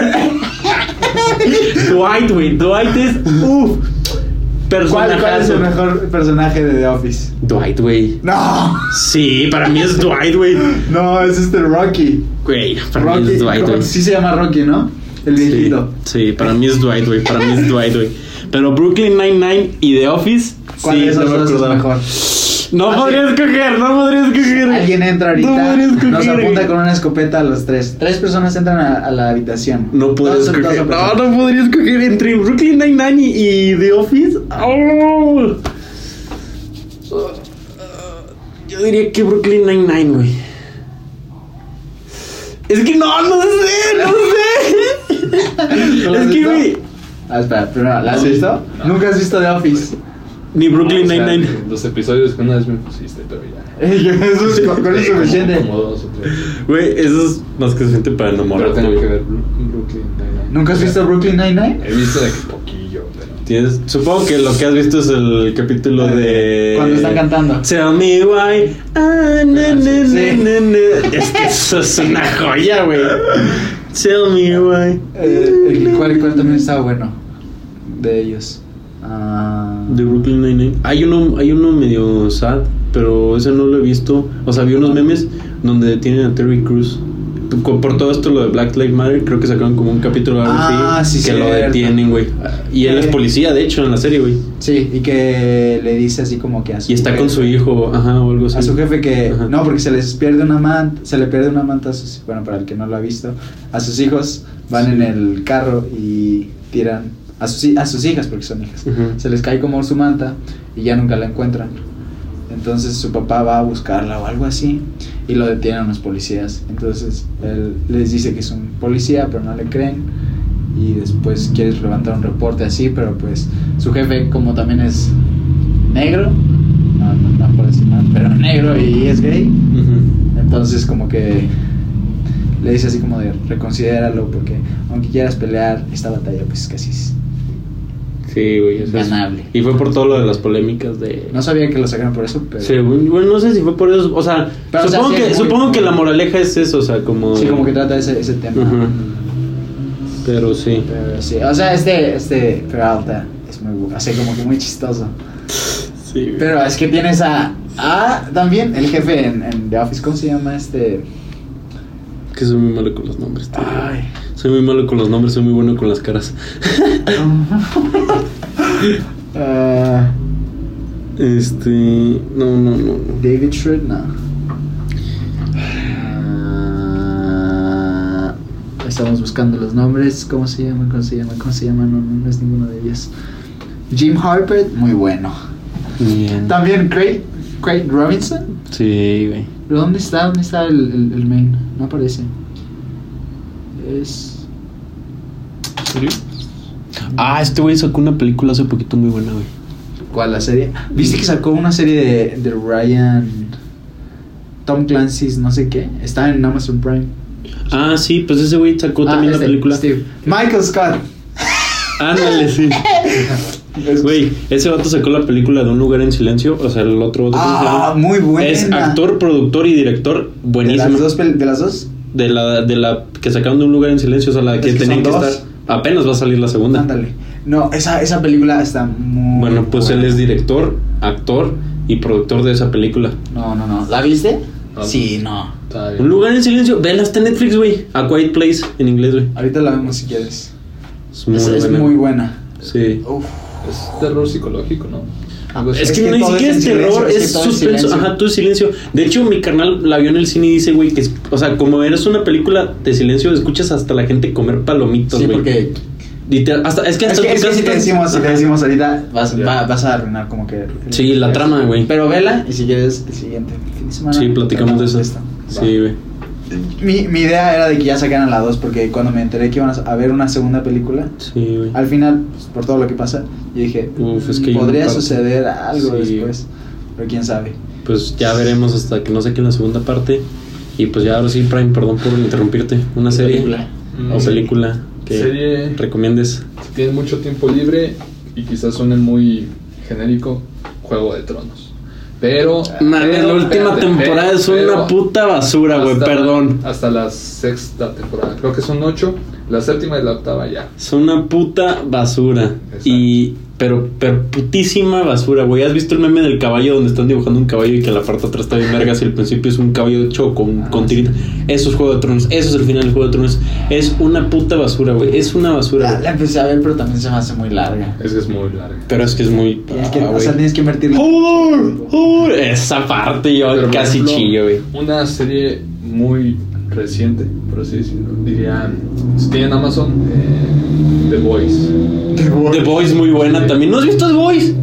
Speaker 1: *laughs* Dwight, güey. Dwight es. Uff.
Speaker 2: ¿Cuál, ¿Cuál es
Speaker 1: Personajazo.
Speaker 2: el mejor personaje de The Office?
Speaker 1: Dwight, güey.
Speaker 2: ¡No!
Speaker 1: Sí, para mí es Dwight, güey.
Speaker 2: No, es este Rocky.
Speaker 1: Güey, para mí
Speaker 2: Rocky.
Speaker 1: es Dwight,
Speaker 2: ¿cómo-
Speaker 1: güey.
Speaker 2: Sí se llama Rocky, ¿no? El
Speaker 1: Sí,
Speaker 2: viejito.
Speaker 1: sí, para mí es Dwight, güey. Para mí es Dwight, güey. Pero Brooklyn Nine-Nine y The Office.
Speaker 2: ¿Cuál
Speaker 1: sí,
Speaker 2: de esos
Speaker 1: no me
Speaker 2: dos es
Speaker 1: acordaba.
Speaker 2: mejor? Ah,
Speaker 1: No podría escoger, no podría escoger.
Speaker 2: Alguien entra ahorita,
Speaker 1: No podría escoger.
Speaker 2: nos apunta
Speaker 1: güey.
Speaker 2: con una escopeta a los tres. Tres personas entran a, a la habitación.
Speaker 1: No podría
Speaker 2: Dos- dos
Speaker 1: escoger. No,
Speaker 2: personas.
Speaker 1: no podría escoger entre Brooklyn Nine-Nine y y The Office. ¡Oh! Yo diría que Brooklyn Nine-Nine, güey. Es que no, no sé,
Speaker 2: ¿No
Speaker 1: no
Speaker 2: lo
Speaker 1: sé.
Speaker 3: *laughs*
Speaker 2: has
Speaker 1: es que,
Speaker 2: visto?
Speaker 1: güey.
Speaker 2: Ah, espera, primero, ¿la has
Speaker 1: Sí.
Speaker 2: visto?
Speaker 3: No.
Speaker 2: Nunca has visto The Office. *laughs*
Speaker 1: Ni Brooklyn
Speaker 3: O sea,
Speaker 1: Nine-Nine.
Speaker 3: Los episodios que una vez me pusiste, pero ya.
Speaker 2: Eso es, con, con eso es
Speaker 3: Como-
Speaker 2: suficiente.
Speaker 3: Como dos o tres.
Speaker 1: Güey, eso es más que suficiente para
Speaker 3: Pero
Speaker 1: enamorarte.
Speaker 3: tengo que
Speaker 1: güey.
Speaker 3: ver Bru- Brooklyn Nine-Nine.
Speaker 2: ¿Nunca has
Speaker 3: O sea,
Speaker 2: visto Brooklyn Nine-Nine?
Speaker 3: He visto de que poquillo, pero.
Speaker 1: Tienes- Supongo que lo que has visto es el capítulo de.
Speaker 2: Eh, Cuando están cantando.
Speaker 1: Tell me why. Ah, na, na,
Speaker 2: Sí.
Speaker 1: na, na, na. Es que eso es una joya, güey. Tell me why.
Speaker 2: Eh, el- ¿cuál, ¿Cuál también estaba bueno? De ellos. Ah,
Speaker 1: De Brooklyn Nine-Nine. Hay uno, hay uno medio sad, pero ese no lo he visto. O sea, vi unos memes donde detienen a Terry Crews. Co- Por todo esto, lo de Black Lives Matter, creo que sacaron como un capítulo algo
Speaker 2: Ah,
Speaker 1: así,
Speaker 2: sí,
Speaker 1: que lo
Speaker 2: cierto.
Speaker 1: detienen, güey. Y él es
Speaker 2: Sí.
Speaker 1: policía, de hecho, en la serie, güey.
Speaker 2: Sí, y que le dice así como que a su
Speaker 1: Y está con su
Speaker 2: jefe-
Speaker 1: hijo, ajá, o algo así.
Speaker 2: A su jefe que.
Speaker 1: Ajá.
Speaker 2: No, porque se les pierde una manta. Se le pierde una manta a sus. Bueno, para el que no lo ha visto. A sus hijos van en el carro y tiran. A sus, hi- a sus hijas, porque son hijas.
Speaker 1: Ujú.
Speaker 2: Se les cae como su manta y ya nunca la encuentran. Entonces su papá va a buscarla o algo así y lo detienen los policías. Entonces él les dice que es un policía, pero no le creen. Y después quiere levantar un reporte así, pero pues su jefe, como también es negro, no, no, no puedo decir nada, pero *laughs* negro y es gay,
Speaker 1: Ujú.
Speaker 2: entonces como que le dice así como de reconsidéralo porque aunque quieras pelear esta batalla pues casi es
Speaker 1: Sí, güey. eso es-
Speaker 2: ganable.
Speaker 1: Y fue por todo lo de las polémicas de...
Speaker 2: No sabía que lo sacaron por eso, pero...
Speaker 1: Según- bueno, no sé si fue por eso, o sea,
Speaker 2: Pero, o sea,
Speaker 1: supongo,
Speaker 2: sí
Speaker 1: que,
Speaker 2: es muy-
Speaker 1: supongo que la moraleja es eso, o sea, como...
Speaker 2: Sí, como que trata ese, ese tema.
Speaker 1: Ujú. Pero sí.
Speaker 2: Pero sí, o sea, este, este Peralta es muy bu- así como que muy chistoso.
Speaker 1: Sí, güey.
Speaker 2: Pero es que tienes a... Ah, también el jefe en, en The Office, ¿cómo se llama este?
Speaker 1: Que soy muy malo con los nombres. tío.
Speaker 2: Ay.
Speaker 1: Soy muy malo con los nombres, soy muy bueno con las caras. *laughs*
Speaker 2: *laughs* Ah,
Speaker 1: este... No, no, no. no.
Speaker 2: David Shredna. Ah, Estamos buscando los nombres. ¿Cómo se llama? ¿Cómo se llama? ¿Cómo se llama? No, no, no es ninguno de ellos. Jim Harper, muy bueno.
Speaker 1: Bien.
Speaker 2: También Craig, Craig Robinson.
Speaker 1: Sí, güey.
Speaker 2: ¿Pero dónde está? ¿Dónde está el, el, el main? No aparece. Es.
Speaker 1: Ah, este güey sacó una película hace poquito muy buena, güey.
Speaker 2: ¿Cuál la serie? ¿Viste que sacó una serie de, de Ryan. Tom Clancy's, no sé qué? Está en Amazon Prime.
Speaker 1: Ah, sí, pues ese güey sacó
Speaker 2: Ah,
Speaker 1: también la
Speaker 2: este,
Speaker 1: película.
Speaker 2: Steve. Michael Scott.
Speaker 1: Ándale, sí. Güey, ese vato sacó la película de Un lugar en silencio, o sea, el otro vato, ¿cómo se
Speaker 2: Ah,
Speaker 1: llama?
Speaker 2: muy buena.
Speaker 1: Es actor, productor y director
Speaker 2: ¿De
Speaker 1: buenísimo.
Speaker 2: las dos? pel- De las dos?
Speaker 1: De la, de la que sacaron de un lugar en silencio, o sea, la
Speaker 2: Es
Speaker 1: que,
Speaker 2: que
Speaker 1: tenían que
Speaker 2: son dos.
Speaker 1: estar. Apenas va a salir la segunda.
Speaker 2: Ándale. No, esa, esa película está muy.
Speaker 1: Bueno, pues él
Speaker 2: buena.
Speaker 1: es director, actor y productor de esa película.
Speaker 2: No, no, no. ¿La viste?
Speaker 3: No.
Speaker 2: Sí, no.
Speaker 3: Está bien.
Speaker 1: Un lugar en silencio, vela hasta en Netflix, güey. A Quiet Place en inglés, güey.
Speaker 2: Ahorita la vemos si quieres.
Speaker 1: Es muy
Speaker 2: es, es
Speaker 1: buena.
Speaker 2: muy buena.
Speaker 1: Sí.
Speaker 2: Uf.
Speaker 3: Es terror psicológico, ¿no?
Speaker 2: pues,
Speaker 1: es,
Speaker 2: es
Speaker 1: que,
Speaker 2: que
Speaker 1: ni
Speaker 2: todo
Speaker 1: siquiera
Speaker 2: es
Speaker 1: es
Speaker 2: en
Speaker 1: terror,
Speaker 2: silencio, es que
Speaker 1: es
Speaker 2: todo es
Speaker 1: suspenso.
Speaker 2: silencio.
Speaker 1: Ajá, tú silencio. De hecho, mi canal la vio en el cine y dice, güey, que es, o sea, como eres una película de silencio, escuchas hasta la gente comer palomitos,
Speaker 2: Sí,
Speaker 1: güey.
Speaker 2: porque
Speaker 1: Literal, hasta, es que
Speaker 2: es
Speaker 1: hasta
Speaker 2: que,
Speaker 1: tu
Speaker 2: es que
Speaker 1: casa
Speaker 2: si te
Speaker 1: está-
Speaker 2: decimos, si te
Speaker 1: Ajá.
Speaker 2: decimos ahorita, vas,
Speaker 3: Ya.
Speaker 2: va- vas a arruinar como que.
Speaker 1: Sí, la trama, güey.
Speaker 2: Pero vela y si quieres el siguiente fin de semana.
Speaker 1: Sí, platicamos de eso.
Speaker 2: esto.
Speaker 1: Sí, güey.
Speaker 2: Mi, mi idea era de que ya sacaran la 2 porque cuando me enteré que iban a haber una segunda película,
Speaker 1: Sí, güey.
Speaker 2: al final, pues, por todo lo que pasa, yo dije,
Speaker 1: Uf, es que
Speaker 2: "Mm,
Speaker 1: yo no
Speaker 2: podría
Speaker 1: paro".
Speaker 2: suceder algo
Speaker 1: Sí.
Speaker 2: después, pero quién sabe.
Speaker 1: Pues ya veremos hasta que no saquen la segunda parte. Y pues ya ahora sí, Prime, perdón por interrumpirte. Una serie
Speaker 2: Película.
Speaker 1: o película que
Speaker 3: Serie.
Speaker 1: recomiendes.
Speaker 3: Si tienes mucho tiempo libre y quizás suene muy genérico, Juego de Tronos. Pero.
Speaker 1: Mames,
Speaker 3: pero,
Speaker 1: la última
Speaker 3: espérate,
Speaker 1: temporada
Speaker 3: pero-
Speaker 1: es una
Speaker 3: pero
Speaker 1: puta basura, güey,
Speaker 3: hasta-
Speaker 1: perdón.
Speaker 3: Hasta la sexta temporada. Creo que son ocho. La séptima y la octava ya.
Speaker 1: Es una puta basura.
Speaker 3: Exacto.
Speaker 1: Y. Pero, pero putísima basura, güey. ¿Has visto el meme del caballo donde están dibujando un caballo y que la parte de atrás está bien vergas y el principio es un caballo hecho con,
Speaker 2: Ah,
Speaker 1: con tirita? Eso es Juego de Tronos. Eso es el final de Juego de Tronos. Es una puta basura, güey. Es una basura.
Speaker 2: La,
Speaker 1: güey.
Speaker 2: la empecé a ver, pero también se me hace muy larga.
Speaker 3: Es que es muy larga.
Speaker 1: Pero es que es muy.
Speaker 2: Tienes que,
Speaker 1: ah,
Speaker 2: o
Speaker 1: güey.
Speaker 2: sea, tienes que invertir.
Speaker 1: ¡Joder! ¡Joder! Esa parte yo
Speaker 3: Pero, por
Speaker 1: casi
Speaker 3: ejemplo,
Speaker 1: chillo, güey.
Speaker 3: Una serie muy reciente, por así decirlo. Diría, si tienen Amazon, eh, The Voice.
Speaker 1: The Boys muy buena también. ¿No has visto The Boys?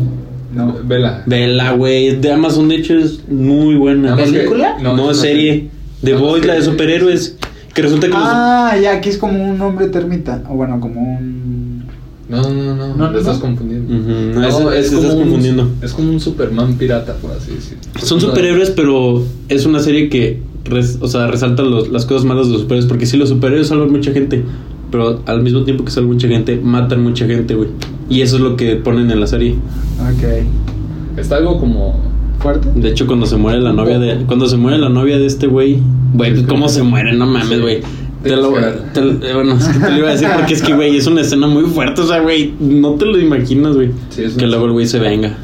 Speaker 2: No.
Speaker 3: Vela.
Speaker 1: Vela, güey. De Amazon, de hecho, es muy buena.
Speaker 3: Nada más que-
Speaker 2: ¿Película?
Speaker 1: No,
Speaker 3: es una
Speaker 1: serie. The
Speaker 3: Nada más
Speaker 1: Boys, la de
Speaker 3: que-
Speaker 1: superhéroes. Que resulta que los-
Speaker 2: Ah, ya, que es como un hombre termita. O bueno, como un.
Speaker 3: No, no, no, no,
Speaker 2: No, no,
Speaker 3: lo estás
Speaker 2: no.
Speaker 3: confundiendo.
Speaker 1: Ujú, no, ese- ese estás
Speaker 3: un-
Speaker 1: confundiendo.
Speaker 3: es como un Superman pirata, por así decirlo.
Speaker 1: Son
Speaker 3: No,
Speaker 1: superhéroes, pero es una serie que res- o sea, resalta los- las cosas malas de los superhéroes. Porque sí, los superhéroes salvan mucha gente. Pero al mismo tiempo que salvan mucha gente, matan mucha gente, güey. Y eso es lo que ponen en la serie.
Speaker 2: Ok.
Speaker 3: Está algo como.
Speaker 2: ¿Fuerte?
Speaker 1: De hecho, cuando se muere la novia de. Cuando se muere la novia de este güey. Güey, ¿cómo se muere? No mames, güey. Te lo, te lo- eh, bueno, es que te lo iba a decir porque es que, güey, es una escena muy fuerte. O sea, güey, no te lo imaginas, güey.
Speaker 3: Sí, es
Speaker 1: que
Speaker 3: una-
Speaker 1: luego el güey se venga.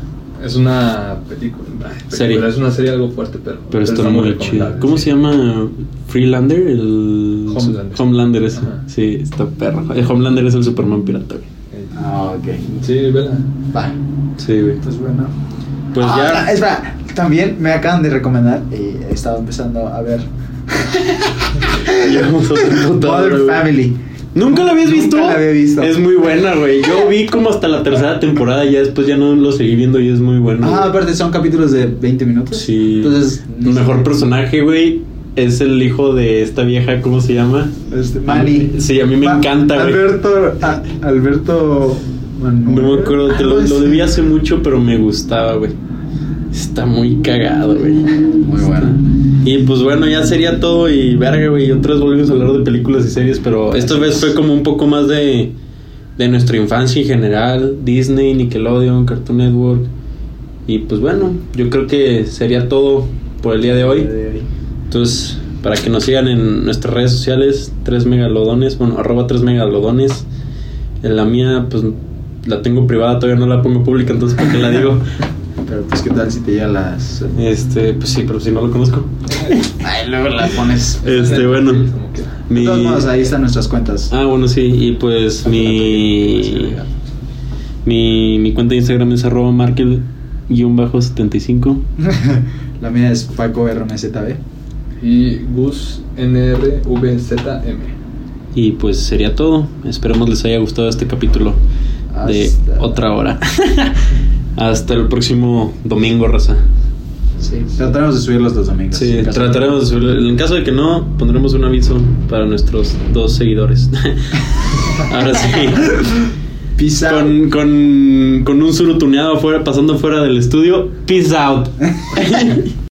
Speaker 3: Es una película. ay, película,
Speaker 1: Serie.
Speaker 3: Es una serie algo fuerte, pero.
Speaker 1: Pero está muy chido.
Speaker 3: recomendable,
Speaker 1: ¿Cómo
Speaker 3: sí.
Speaker 1: se llama? ¿Freelander? El...
Speaker 3: Homelander.
Speaker 1: Homelander ese.
Speaker 3: Ajá.
Speaker 1: Sí, está perro. El Homelander es el Superman pirata, güey.
Speaker 3: Eh,
Speaker 2: Ah, ok.
Speaker 3: Sí, vela.
Speaker 2: Va.
Speaker 1: Sí, güey.
Speaker 2: Pues bueno.
Speaker 1: Pues
Speaker 2: Ah,
Speaker 1: ya.
Speaker 2: no,
Speaker 1: *laughs*
Speaker 2: espera, también me acaban de recomendar y he estado empezando a ver.
Speaker 1: Llevamos otra puta hora,
Speaker 2: Mother
Speaker 1: güey.
Speaker 2: Family.
Speaker 1: ¿Nunca la habías
Speaker 2: Nunca
Speaker 1: visto?
Speaker 2: la había visto.
Speaker 1: Es muy buena, güey. Yo vi como hasta la tercera temporada y ya después ya no lo seguí viendo y es muy bueno.
Speaker 2: Ah,
Speaker 1: güey.
Speaker 2: aparte son capítulos de 20 minutos.
Speaker 1: Sí.
Speaker 2: Entonces.
Speaker 1: El mejor personaje, güey, es el hijo de esta vieja, ¿cómo se llama?
Speaker 2: Este, Manny.
Speaker 1: Sí, a mí me encanta, güey.
Speaker 2: Alberto. a- Alberto.
Speaker 1: No
Speaker 2: Manuel. Ah,
Speaker 1: me acuerdo, te lo,
Speaker 2: Algo
Speaker 1: lo
Speaker 2: así. *laughs*
Speaker 1: debí hace mucho, pero me gustaba, güey. Está muy cagado, güey.
Speaker 2: Muy bueno.
Speaker 1: Y pues bueno, ya sería todo y verga, güey. Otras volvimos a hablar de películas y series, pero esta vez fue como un poco más de, de nuestra infancia en general. Disney, Nickelodeon, Cartoon Network. Y pues bueno, yo creo que sería todo por el día de hoy. Entonces, para que nos sigan en nuestras redes sociales, 3 megalodones, bueno, arroba 3 megalodones. En la mía, pues la tengo privada, todavía no la pongo pública, entonces, ¿por qué la digo?
Speaker 2: *laughs* Pero pues, ¿qué tal si te llegan las.
Speaker 1: Este, pues sí, pero si no lo conozco.
Speaker 2: Ay, luego las pones.
Speaker 1: Este, bueno.
Speaker 3: Como que-
Speaker 2: De
Speaker 1: Mi-
Speaker 2: todos modos, ahí están nuestras cuentas.
Speaker 1: Ah, bueno, sí, y pues mi, mi, mi cuenta de Instagram es arroba markel-75.
Speaker 2: *laughs* La mía es Paco RMZB.
Speaker 3: Y Gus NRVZM.
Speaker 1: Y pues sería todo. Esperemos les haya gustado este capítulo
Speaker 2: Ah,
Speaker 1: de
Speaker 2: Hasta-
Speaker 1: otra hora.
Speaker 2: *laughs*
Speaker 1: Hasta el próximo domingo, raza.
Speaker 2: Sí. Trataremos de subir los dos domingos.
Speaker 1: Sí,
Speaker 2: En caso-
Speaker 1: trataremos. de
Speaker 2: *laughs*
Speaker 1: subirlo. En caso de que no, pondremos un aviso para nuestros dos seguidores. Ahora sí.
Speaker 2: *laughs* Peace out.
Speaker 1: Con,
Speaker 2: *laughs*
Speaker 1: con, con un surutuneado afuera, pasando fuera del estudio. Peace out.